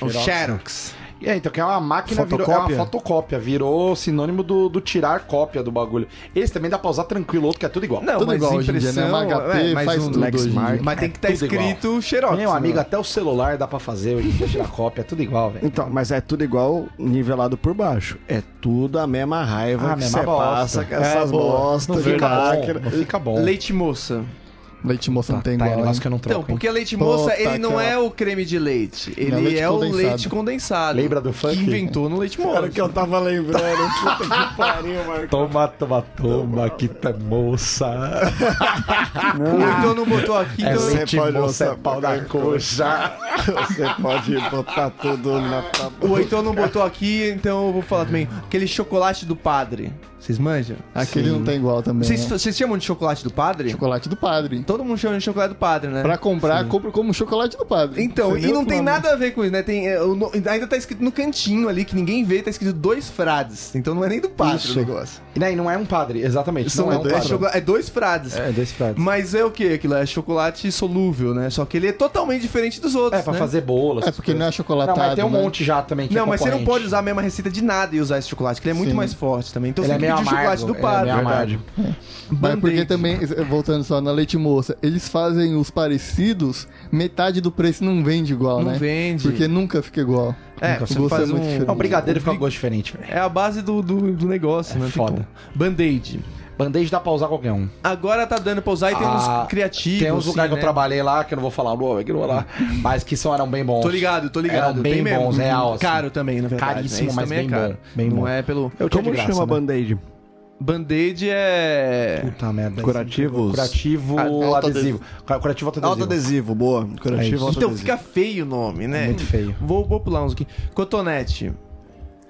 Ou
Xerox,
Xerox.
E aí, então que é uma máquina, virou é
Fotocópia?
uma fotocópia. Virou sinônimo do, do tirar cópia do bagulho. Esse também dá pra usar tranquilo, outro que é tudo igual.
Não,
Tudo
mas
igual hoje em dia,
impressão...
né? Uma HP
é, mas
faz
um-
tudo hoje em dia.
Mas tem que estar
É tudo
escrito Xerox. né?
Meu amigo,
mano.
até o celular dá pra fazer hoje em dia, tirar cópia, é tudo igual, velho.
Então, mas é tudo igual nivelado por baixo. É tudo a mesma raiva
Ah,
que
mesma
você
bosta.
passa com
É,
essas
boa.
bostas de máquina.
não fica bom.
Leite moça.
Leite moça não tem
Tá, é um
igual.
negócio
hein?
que eu não troco.
Então, porque leite
Pô,
moça,
tá
ele não
aquela-
é o creme de leite. Ele
leite
é o
condensado.
leite condensado.
Lembra do funk?
Que inventou no leite moça.
Era o que eu tava lembrando.
É
Puta que pariu, Marcão.
Toma, toma, toma, que tá moça.
Ou então não botou aqui,
É
então-
Você
leite
pode
moça, é
usar
pau da
qualquer
coxa.
Você pode botar tudo na tabela.
Ou então não botou aqui, então eu vou falar também. Aquele chocolate do padre. Vocês manjam?
Aquele não tem igual também.
Vocês,
né?
vocês chamam de chocolate do padre?
É. Chocolate do padre.
Todo mundo chama de chocolate do padre, né?
Pra comprar, compra como chocolate do padre.
Então,
Você
e
viu
não
que
tem
uma-
nada a ver com isso, né? Tem, é, o no- ainda tá escrito no cantinho ali, que ninguém vê, tá escrito dois frades. Então não é nem do padre
Isso.
o negócio.
E daí não é um padre, exatamente.
São
não é um
dois,
padre.
chocola- é dois frades.
É, dois padres.
Mas é o que aquilo? É chocolate solúvel, né? Só que ele é totalmente diferente dos outros.
É, pra
né?
fazer bolas.
É porque não é
Não,
chocolatado.
mas tem um
né?
monte já também que é
Não, mas você não
concorrente.
pode usar a mesma receita de nada e usar esse chocolate, que ele é muito
Sim.
mais forte também. Então
Ele é
você tem
meio
que pedir o
amargo.
chocolate do padre.
Ele é meio amargo.
Mas é porque
Band-Aid.
também, voltando só na leite moça, eles fazem os parecidos, metade do preço não vende igual,
Não
né?
vende.
Porque nunca fica igual.
É,
Nunca
você
fica. O gosto
faz
é muito
um-
diferente.
Não, brigadeiro fica com gosto diferente, velho.
É a base do, do, do negócio, né? Tem
foda.
como. Band-aid.
Band-aid dá pra usar qualquer um.
Agora tá dando pra usar e tem
Ah,
uns criativos.
Tem uns
assim,
lugares que
né? Hum.
eu trabalhei lá, que eu não vou falar o nome, que eu não vou lá. Mas que são, eram bem bons.
Tô ligado, tô ligado.
Eram bem
tem mesmo. Uhum.
bons, real, assim.
Caro também, na verdade.
Caríssimo,
Isso
mas
também
bem
é caro.
bom, bem
não
bom.
é pelo...
Eu tinha
Como
de graça,
chama
né?
Band-Aid?
Band-Aid é...
Puta merda.
Curativos.
Curativo adesivo. Curativo autoadesivo.
Autoadesivo, boa.
É
Curativo
isso.
Então
autoadesivo.
fica feio o nome, né?
muito feio.
Vou, vou pular uns aqui. Cotonete.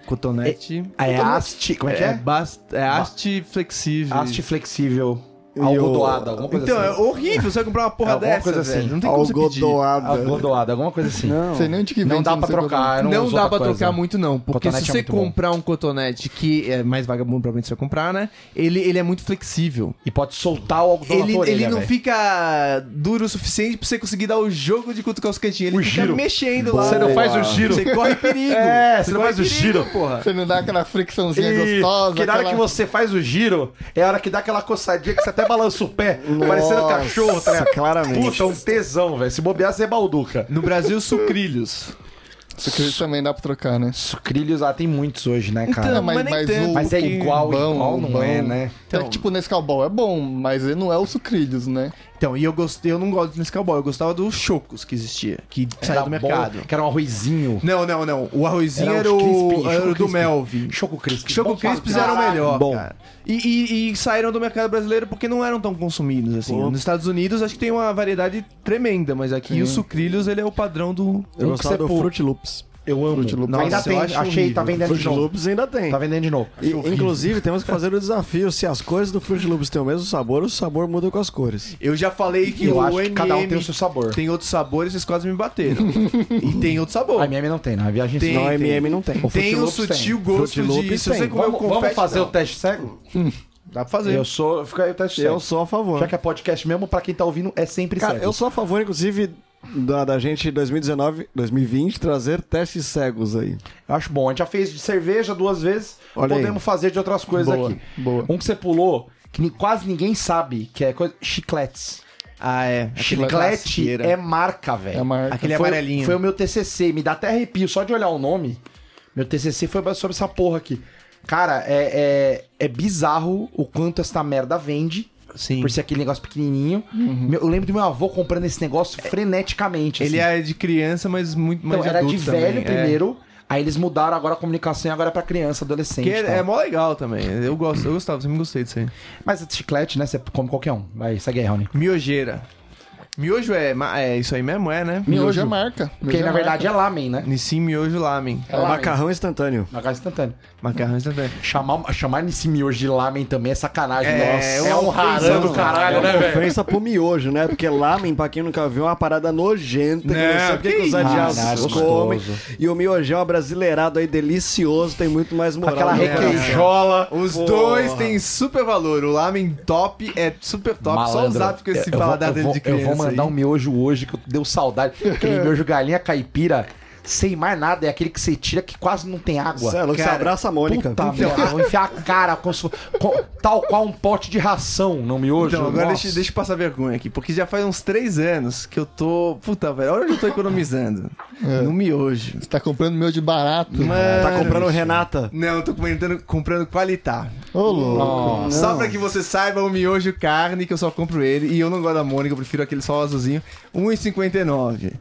Cotonete...
É haste. Como é que
É,
é?
bast... é haste flexível.
Haste flexível.
E
Algodoada,
o-
alguma coisa
Então, é
assim.
horrível você comprar uma porra
É, alguma
dessa,
coisa
velho.
assim.
Não tem como você pedir.
Algodoada.
Algodoada, alguma coisa assim.
Não sei nem de que vem.
Não dá
então
pra
sei qual-
trocar. eu
Não,
uso
dá
outra
pra
coisa.
trocar muito, não. Porque
Cotonete
se
é
você
muito bom.
comprar um cotonete que é mais vagabundo, provavelmente você vai comprar, né? Ele, ele é muito flexível.
E pode soltar o algodão
Ele,
na tua
ele
orelha,
não
velho.
fica duro o suficiente pra você conseguir dar o jogo de cutucar os cantinhos. Ele
O
fica
giro.
mexendo lá.
Você não faz o giro.
Você corre perigo.
É, você não
corre É
faz o giro.
porra.
Você não dá aquela fricçãozinha
E
gostosa.
que na hora
aquela-
que você faz o giro, é a hora que dá aquela coçadinha que você até balança o pé, parecendo um cachorro, tá ligado?
claramente.
Puta, um tesão, velho. Se bobear, você é balduca.
No Brasil, sucrilhos.
Sucrilhos também dá pra trocar, né?
Sucrilhos, ah, tem muitos hoje, né, cara?
Então,
mas-
mas, nem
mas
tanto.
o-
Mas é
que
igual,
bom,
igual não
bom.
é, né?
Então-
é que, tipo, nesse Nescau é bom, mas ele não é o Sucrilhos, né?
Então, e eu, gostei, eu não gosto de Nescau Ball. Eu gostava dos chocos que existia, que saía
Era
do
bom,
mercado.
Que era um arrozinho.
Não, não, não. O arrozinho era,
Era um o
o,
crispy,
era o
choco
do
crispy.
Melvin.
Choco Crisp.
Choco
Bom pra
Crispis era o
caralho.
melhor,
Bom.
cara. E, e- e saíram do mercado brasileiro porque não eram tão consumidos, assim. Nos Estados Unidos acho que tem uma variedade tremenda, mas aqui o sucrilhos ele é o padrão do...
Eu
Um
gostava
que você
do
pô-
Fruit Loops.
Eu amo.
Tipo,
Nossa,
Ainda
eu
tem,
acho
achei, tá
horrível.
vendendo de
Fruit
novo.
Loops é ainda tem.
Tá vendendo de novo.
E, inclusive, temos que fazer o desafio. Se as cores do Fruit Loops têm o mesmo sabor, o sabor muda com as cores.
Eu já falei que
Eu
o
acho que
M&M
cada um tem o seu sabor.
Tem outro sabor e vocês quase me bateram. e tem outro sabor.
A MM não tem, não. A viagem
Tem,
Não,
tem.
MM não tem.
Tem
Fruit
o
Loops tem.
sutil gosto
Fruit Loops
de... Se você
tem.
comer o
Vamos, vamos
confete...
fazer
não.
o teste cego?
Dá pra fazer.
Eu sou. Fica aí tá o teste
Eu
cego.
sou a favor.
Já que é podcast mesmo, pra quem tá ouvindo, é sempre
Cara,
cego.
eu sou a favor, inclusive, da, da gente em 2019, 2020, trazer testes cegos aí.
Eu acho bom. A gente já fez de cerveja duas vezes.
Olha aí.
Podemos fazer de outras coisas aqui.
boa.
Um que você pulou, que ni- quase ninguém sabe, que é coisa... chicletes.
Ah, é.
Chiclete é marca, velho.
É marca.
Aquele
foi,
amarelinho.
Foi o meu TCC. Me dá até arrepio só de olhar o nome. Meu TCC foi sobre essa porra aqui. Cara, é, é, é bizarro o quanto essa merda vende.
Sim.
Por ser aquele negócio pequenininho.
Uhum.
Meu- Eu lembro do meu avô comprando esse negócio freneticamente.
Ele
assim.
é de criança, mas muito mais
Então, era de
adulto também,
velho
é.
primeiro, aí eles mudaram agora a comunicação e agora é pra criança, adolescente.
Que
e tal.
é, é mó legal também. Eu gosto, eu gostava, sempre gostei disso aí.
Mas é chiclete, né? Você come qualquer um. Vai, segue aí, Raoni.
Miojeira. Miojo é, ma- é isso aí mesmo, é, né?
Miojo é marca.
Porque
Miojo
na
é marca.
verdade é lamen, né?
Nissin Miojo Lamen.
É macarrão instantâneo.
Na casa instantânea.
Macarrão instantâneo.
Chamar, chamar esse miojo de lamen também é sacanagem.
É,
Nossa, um
é uma
rarão do caralho, né,
É
velho?
ofensa pro miojo, né? Porque lamen, pra quem nunca viu, é uma parada nojenta. que
Não,
não sabe o que,
Né? que
que os
isso.
Ah, não,
adiados
é
comem.
gostoso.
E o miojão é brasileirado aí, delicioso, tem muito mais moral.
Aquela
né?
requeijola.
É. Os dois têm super valor. O Lamen top é super top. Só
Malandro,
usar porque esse
eu vou-
paladar
eu
dele
vou-
de criança.
Eu vou mandar
aí.
um miojo hoje que eu- deu saudade. Aquele miojo galinha caipira, sem mais nada, é aquele que você tira que quase não tem água.
Cê é louco, você
Cara,
abraça a Mônica. Então,
Puta merda, eu vou enfiar a cara como se fosse, co- tal qual um pote de ração no miojo.
Então, agora
Nossa.
deixa, deixa eu passar vergonha aqui, porque já faz uns três anos que eu tô. Puta, velho, olha onde eu tô economizando. No miojo.
Você tá comprando miojo barato.
Mano,
É. Tá comprando Renata.
Não, eu tô comprando, comprando Qualitar.
Ô, louco.
Só pra que você saiba, o miojo carne, que eu só compro ele. E eu não gosto da Mônica, eu prefiro aquele só azulzinho. 1,59.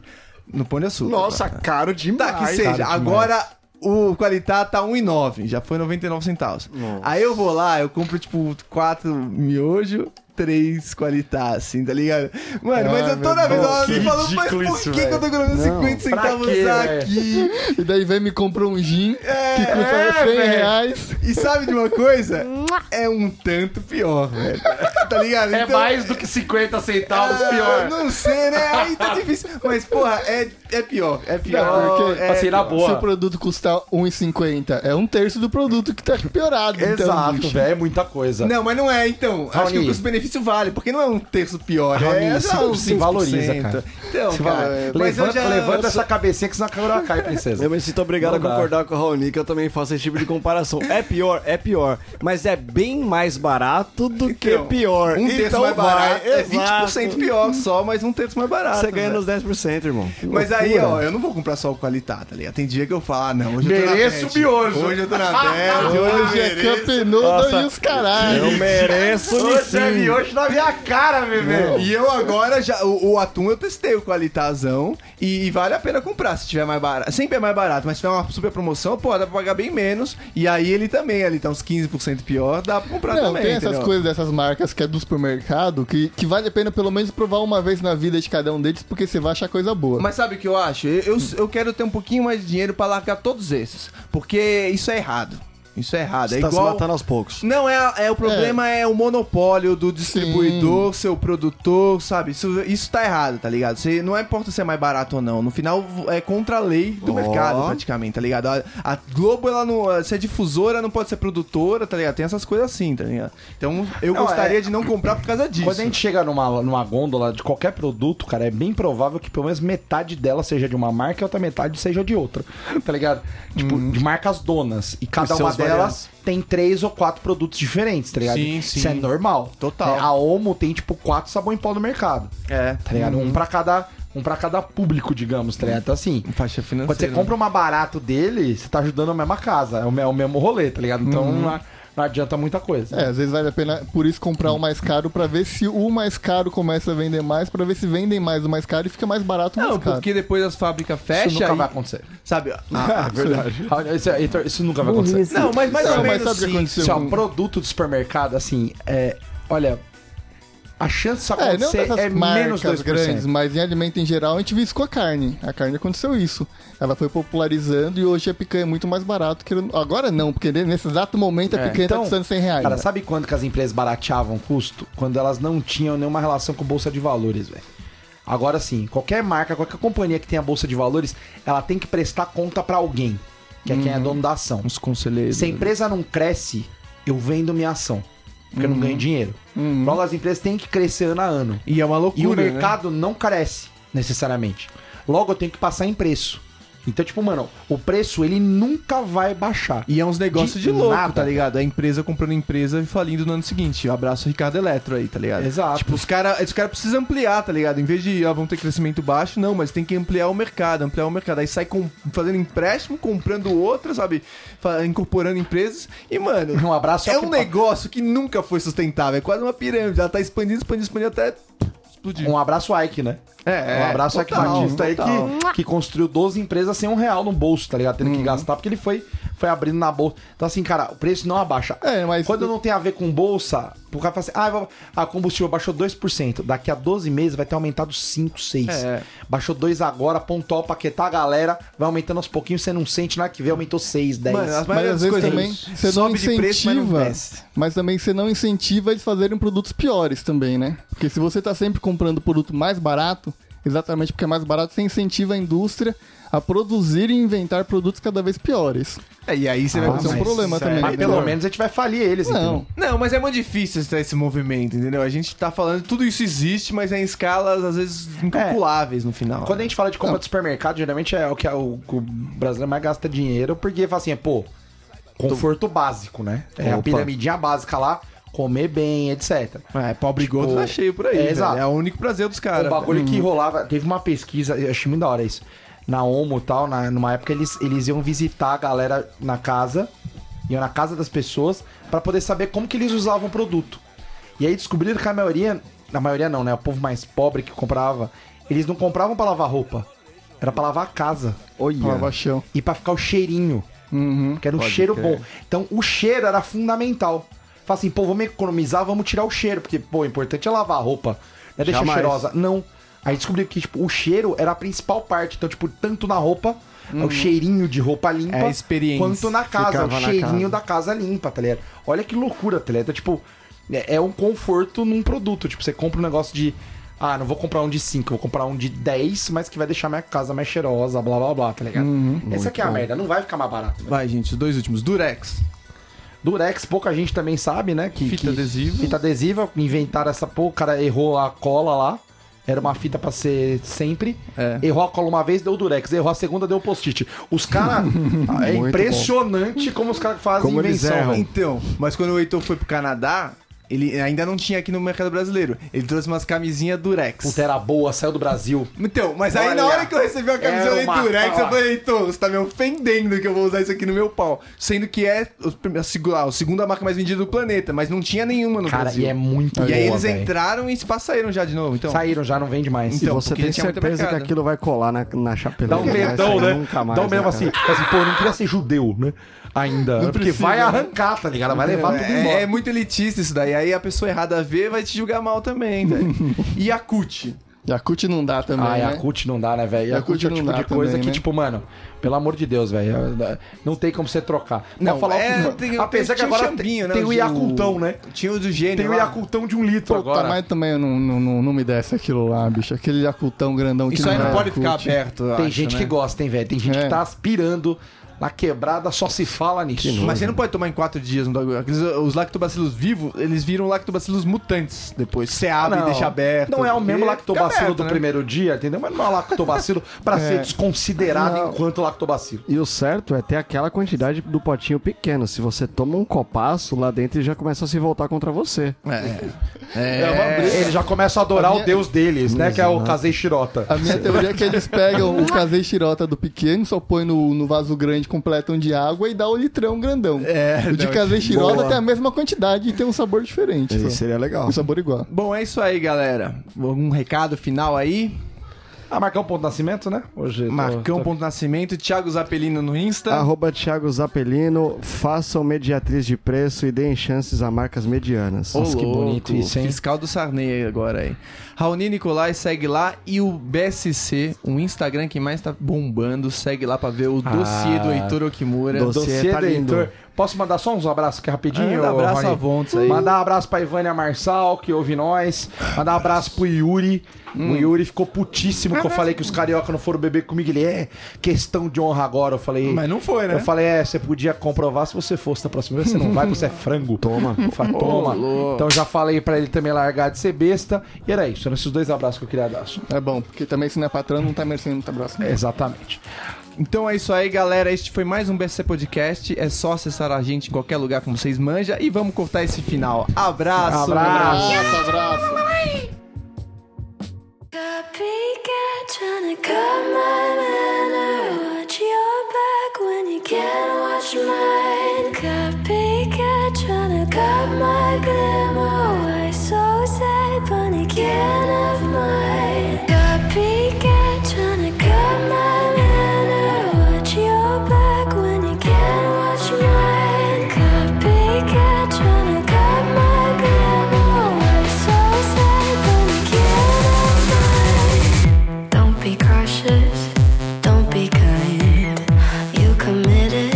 No pão de açúcar.
Nossa,
tá.
caro
Tá,
demais.
que seja.
demais.
Agora o Qualitá tá 1,9. Já foi 99 centavos. Aí eu vou lá, eu compro, tipo, 4 miojo... Três qualitá, assim, tá ligado? Mano, mas eu toda vez ela me falando, mas por que, que eu tô economizando 50 centavos
quê, velho?
aqui?
E daí vem me comprar um gin
É,
que custa 100 reais.
E sabe de uma coisa? É um tanto pior, velho. Tá ligado?
É
Então,
mais do que 50 centavos
Ah,
pior.
Não sei, né? Aí tá difícil. Mas, porra, é, é pior. É pior.
Não, porque,
é
assim, na
pior.
Se o
boa.
produto custar 1,50, é um terço do produto que tá piorado. então,
Exato,
bicho.
velho, é muita coisa.
Não, mas não é, então. Acho que o
Raoni.
custo-benefício vale, porque não é um terço pior.
Raoni,
é
se-
só uns
se valoriza,
5%.
cara.
Então,
Você
cara,
fala,
mas
levanta,
eu já...
levanta essa cabecinha que senão a câmera cai, princesa.
Eu me sinto obrigado
Não
a
dá.
concordar com a Raoni, que eu também faço esse tipo de comparação. É pior, é pior, mas é bem mais barato do que
Então,
pior.
Um terço
Então
mais barato.
vai,
É 20% pior só, mas um terço mais barato.
Você ganha
velho.
nos 10%, irmão.
Mas aí, ó, eu não vou comprar só o Qualitá, tá ligado? Tem dia que eu falo, ah, não, hoje
Mereço
eu tô na
miojo.
Hoje eu tô na bad,
Hoje
Ah,
hoje
é
eu mereço.
Campinudo e os caralho.
Eu mereço
é
Nissin.
hoje na minha cara, bebê.
E eu agora já. O, o atum eu testei o qualitazão. E, e vale a pena comprar se tiver mais barato. Sempre é mais barato, mas se tiver uma super promoção, pô, dá pra pagar bem menos. E aí ele também, ali tá uns 15% pior, dá pra comprar
Não,
também.
tem essas
entendeu?
coisas dessas marcas que é do supermercado que, que vale a pena pelo menos provar uma vez na vida de cada um deles, porque você vai achar coisa boa.
Mas sabe o que eu acho? Eu, eu, eu quero ter um pouquinho mais de dinheiro pra largar todos esses. Porque isso é errado. Isso é errado. é
tá
igual.
se matando aos poucos.
Não, é, é o problema é. o monopólio do distribuidor, seu produtor, sabe? Isso, isso tá errado, tá ligado? Você, não importa se é mais barato ou não. No final, é contra a lei do
Ó.
mercado, praticamente, tá ligado? A, a Globo, ela não. Se é difusora, não pode ser produtora, tá ligado? Tem essas coisas assim, tá ligado? Então, eu
Não,
gostaria
é-
de não comprar por causa disso.
Quando a gente chega numa, numa gôndola de qualquer produto, cara, é bem provável que pelo menos metade dela seja de uma marca e outra metade seja de outra. Tá ligado? Tipo,
Uhum.
de marcas donas. E cada
Os
uma
seus
delas tem três ou quatro produtos diferentes, tá ligado?
Sim,
Isso
sim.
é normal.
Total.
É, a Omo tem, tipo, quatro sabão em pó no mercado.
É.
Tá ligado? Um pra cada. Um pra cada público, digamos, tá ligado? Então, assim.
Faixa financeira.
Quando você compra uma barato dele, você tá ajudando a mesma casa. É o me- é o mesmo rolê, tá ligado? Então
Uhum.
não, a- não adianta muita coisa.
É, às vezes vale a pena por isso comprar o mais caro pra ver se o mais caro começa a vender mais, pra ver se vendem mais o mais caro e fica mais barato o mais
Não,
caro.
porque depois as fábricas
Isso nunca
fecham.
vai
e-
acontecer.
Sabe?
Ah, Isso, é- Heitor, isso nunca vai acontecer.
Não, mas mais
Não,
ou
mas
menos.
sabe o que
sim.
aconteceu?
Se é um produto de supermercado, assim, é. Olha, a chance disso
É, não
acontecer
dessas
é, menos
marcas
2%.
grandes, mas em alimento em geral a gente viu isso com a carne. A carne aconteceu isso. Ela foi popularizando e hoje a picanha é muito mais barato que... Agora não, porque nesse exato momento a
É,
picanha tá
então,
custando 100 reais.
Cara, sabe quando que as empresas barateavam o custo? Quando elas não tinham nenhuma relação com bolsa de valores, velho. Agora sim, qualquer marca, qualquer companhia que tenha bolsa de valores, ela tem que prestar conta pra alguém, que é quem é dono da ação.
Os Uhum. conselheiros. né?
Se a empresa não cresce, eu vendo minha ação, porque eu não ganho dinheiro. Logo, as empresas têm que crescer ano a ano.
Uhum. E é uma loucura.
E o
né?
mercado não cresce, necessariamente. Logo, eu tenho que passar em preço. Então, tipo, mano, o preço, ele nunca vai baixar.
E é uns negócios de,
De
louco,
nada.
tá ligado? A empresa comprando empresa e falindo no ano seguinte. Um abraço Ricardo Eletro aí, tá ligado?
Exato.
Tipo, os caras os cara precisam ampliar, tá ligado? Em vez de, ó, vão ter crescimento baixo, não, mas tem que ampliar o mercado, ampliar o mercado. Aí sai com- fazendo empréstimo, comprando outra, sabe? Fa- Incorporando empresas. E, mano,
Um abraço
é
ao
um
que-
negócio que nunca foi sustentável. É quase uma pirâmide. Ela tá expandindo, expandindo, expandindo até explodir.
Um abraço ao Ike, né?
É,
um abraço ao Ike
total,
Batista aí
total. Uhum.
que, que construiu 12 empresas sem um real no bolso, tá ligado? Tendo que gastar, porque ele foi, foi abrindo na bolsa. Então, assim, cara, o preço não abaixa.
É, mas-
Quando não tem a ver com bolsa, o cara fala assim, ah, vou- a combustível baixou 2%. Daqui a 12 meses vai ter aumentado 5, 6.
É.
Baixou 2 agora, pontual, paquetar a galera, vai aumentando aos pouquinhos, você não sente, na hora que vem aumentou 6, 10.
Mano, as
Mas
maioria
às
das
vezes
coisas
também
isso.
você não
Sobe de
incentiva,
preço, mas não
mas,
desce.
também você não incentiva eles fazerem produtos piores também, né? Porque se você tá sempre comprando produto mais barato, exatamente porque é mais barato, você incentiva a indústria a produzir e inventar produtos cada vez piores.
É, E aí você vai
Isso é um
mas-
problema também.
Ah, Mas
né?
pelo menos a gente vai falir eles,
Não.
Não, mas é muito difícil esse- esse movimento, entendeu? A gente tá falando, tudo isso existe, mas é em escalas, às vezes, incalculáveis no final. né?
Quando a gente fala de compra de supermercado, geralmente é o que o, o brasileiro mais gasta dinheiro, porque fala assim, é, pô, conforto básico, né? É a
Opa.
piramidinha básica lá, comer bem, etc.
É, pobre
Tipo,
gordo tá cheio por aí,
é,
velho.
exato.
É o único prazer dos caras.
o Um bagulho que rolava, teve uma pesquisa, eu achei muito da hora isso, na OMO e tal, na, numa época eles, eles iam visitar a galera na casa, iam na casa das pessoas, pra poder saber como que eles usavam o produto. E aí descobriram que a maioria, na maioria não, né, o povo mais pobre que comprava, eles não compravam pra lavar roupa, era pra lavar a casa.
Fala, baixão.
e pra ficar o cheirinho. Que era um cheiro bom. Então o cheiro era fundamental. Fala assim, pô, vamos economizar, vamos tirar o cheiro. Porque, pô, o importante é lavar a roupa. Não é deixar
Jamais.
cheirosa. Não. Aí descobriu que, tipo, o cheiro era a principal parte. Então, tipo, tanto na roupa, é o cheirinho de roupa limpa,
É a experiência.
quanto na casa, o
Ficava na casa.
cheirinho da casa limpa, tá ligado? Olha que loucura, tá ligado? É, Tipo, é é um conforto num produto. Tipo, você compra um negócio de. Ah, não vou comprar um de 5, vou comprar um de 10, mas que vai deixar minha casa mais cheirosa, blá blá blá, tá ligado? Essa aqui é a merda, não vai ficar mais barato. velho.
Vai, gente, os dois últimos. Durex.
Durex, pouca gente também sabe, né? Que,
Fita
que-
adesiva.
Fita adesiva, inventaram essa porra, o cara errou a cola lá. Era uma fita pra ser sempre.
É.
Errou a cola uma vez, deu durex. Errou a segunda, deu post-it. Os caras.
Ah,
é
bom.
impressionante como os caras fazem
Como eles
invenção.
erram.
velho.
Então, mas quando o Heitor foi pro Canadá, Ele ainda não tinha aqui no mercado brasileiro. Ele trouxe umas camisinhas Durex.
Puta, era boa, saiu do Brasil.
Então, mas aí na
Um Olha,
hora que eu recebi uma camiseta
era
de
uma
Durex, eu
bala.
falei, Heitor, você tá me ofendendo que eu vou usar isso aqui no meu pau. Sendo que é o prim- a segu- a segunda marca mais vendida do planeta, mas não tinha nenhuma no
Cara,
Brasil.
e é muito
E
boa,
aí eles
véi.
entraram e se passaram já de novo. Então,
Saíram já, não vende mais.
E
Então,
você
porque
tem
tinha muito
certeza que
mercado.
aquilo vai colar na, na chapeleira.
Dá um
não vai
medão,
sair
né?
Nunca mais,
Dá um mesmo
né,
assim,
cara?
assim, pô, eu não queria ser judeu, né? Ainda. porque
precisa,
vai
né?
arrancar, tá ligado? Vai levar tudo embora.
é, é muito elitista isso daí. Aí a pessoa errada vê vai te julgar mal também, velho. e a CUT?
Yakut não dá também,
Ah,
né?
Yakut não dá, né, velho?
Yakut
Yakut é o
não
tipo
dá
de coisa
também,
que,
né?
tipo, mano, pelo amor de Deus, velho. É, Não tem como você trocar. Pode
Não,
falar o
é,
que for.
tem- tem-
Apesar que
tinha o
agora
Xambinho,
tem,
né,
tem o
o-
Yakultão, né?
Tinha o do gênio
Tem o
lá.
Yakultão de um litro
Puta,
agora.
Tá, mas também eu não, não, não, não me desce aquilo lá, bicho. Aquele Yakutão grandão que
Isso aí não
é
pode
Yakult.
ficar aberto, eu
Tem
acho,
gente
né?
que gosta, hein, velho? Tem gente
É.
que tá aspirando na quebrada, só se fala nisso. é
Mas você não pode tomar em quatro dias um bagulho. Aqueles, os lactobacilos vivos, eles viram lactobacilos mutantes depois. Você abre
Não.
e deixa aberto.
Não é o
porque
mesmo lactobacilo
fica aberto,
do
né?
primeiro dia, entendeu? Mas não é um lactobacilo pra ser desconsiderado enquanto lactobacilo.
E o certo é ter aquela quantidade do potinho pequeno. Se você toma um copaço lá dentro, ele já começa a se voltar contra você.
É, Ele já começa a adorar
A minha-
o deus deles, né? Que é o Kazei Shirota.
A minha teoria é que eles pegam o casei xirota do pequeno, só põe no, no vaso grande, completam de água e dá o litrão grandão.
É,
o de
não,
casei xirota
boa.
tem a mesma quantidade e tem um sabor diferente.
Isso
só.
seria legal.
Um sabor igual.
Bom, é isso aí, galera. Algum recado final aí?
Ah, Marcão Ponto Nascimento, né? Hoje. tô-
Marcão Ponto Nascimento, Thiago Zapelino no
tá-
Insta.
Ah,
Arroba Thiago Zapelino, façam mediatriz de preço e deem chances a marcas medianas.
Ô,
Nossa, que
louco.
bonito isso, hein?
Fiscal do Sarney agora aí. Raoni Nicolai segue lá e o BSC, um Instagram que mais tá bombando, segue lá pra ver o dossiê
Ah.
do Heitor Okimura.
Dossiê.
Dossiê
tá
do
lindo.
Heitor. Posso mandar só uns abraços aqui rapidinho?
Manda abraço
Rony?
a Vontes aí.
Mandar um abraço pra Ivânia Marçal, que ouve nós. Mandar um abraço pro Yuri. O
Hum.
Yuri ficou putíssimo que eu falei que os carioca não foram beber comigo. Ele é questão de honra agora. Eu falei.
Mas não foi, né?
Eu falei, é, você podia comprovar se você fosse na próxima vez. Você não vai, porque você é frango. Toma. Falei, Toma. então já falei pra ele também largar de ser besta. E era isso. Eram esses dois abraços que eu queria dar.
É bom, porque também se não é patrão, não tá merecendo muito abraço.
Exatamente.
Então é isso aí, galera. Este foi mais um BSC Podcast. É só acessar a gente em qualquer lugar como vocês manjam. E vamos cortar esse final. Abraço!
Abraço.
Abraço, abraço.
Copycat tryna cut my manner. Watch your back when you can't watch mine. Copycat tryna cut my glimmer. Why so sad, but you can't have mine. Copycat tryna cut my manner. Watch your back when you can't watch mine. Copycat tryna cut my glimmer. Why so sad, but you can't have mine. Don't be cautious, don't be kind. You committed,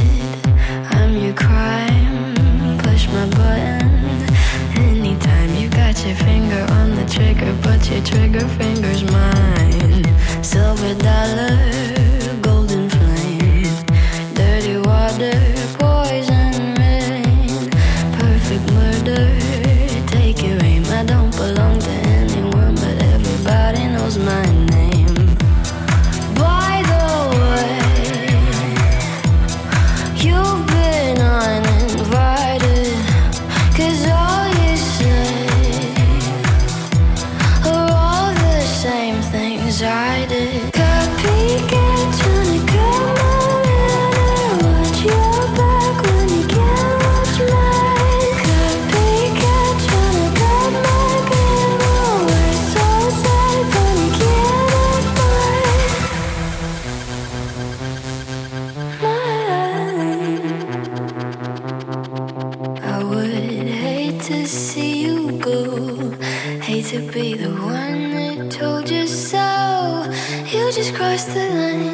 I'm your crime. Push my button anytime. You got your finger on the trigger, but your trigger finger's mine. Silver dollar, golden flame. Dirty water, poison rain. Perfect murder, take your aim. I don't belong to anyone, but everybody knows my name. By the way, you've been uninvited. Cause all you say are all the same things I did. Copycat trying to cut my manner. Watch your back when you can't watch mine. Copycat trying to cut my glamour. We're so sad, but you can't have mine. Mine. I would hate to see you go. Hate to be the one that told you so. You just crossed the line.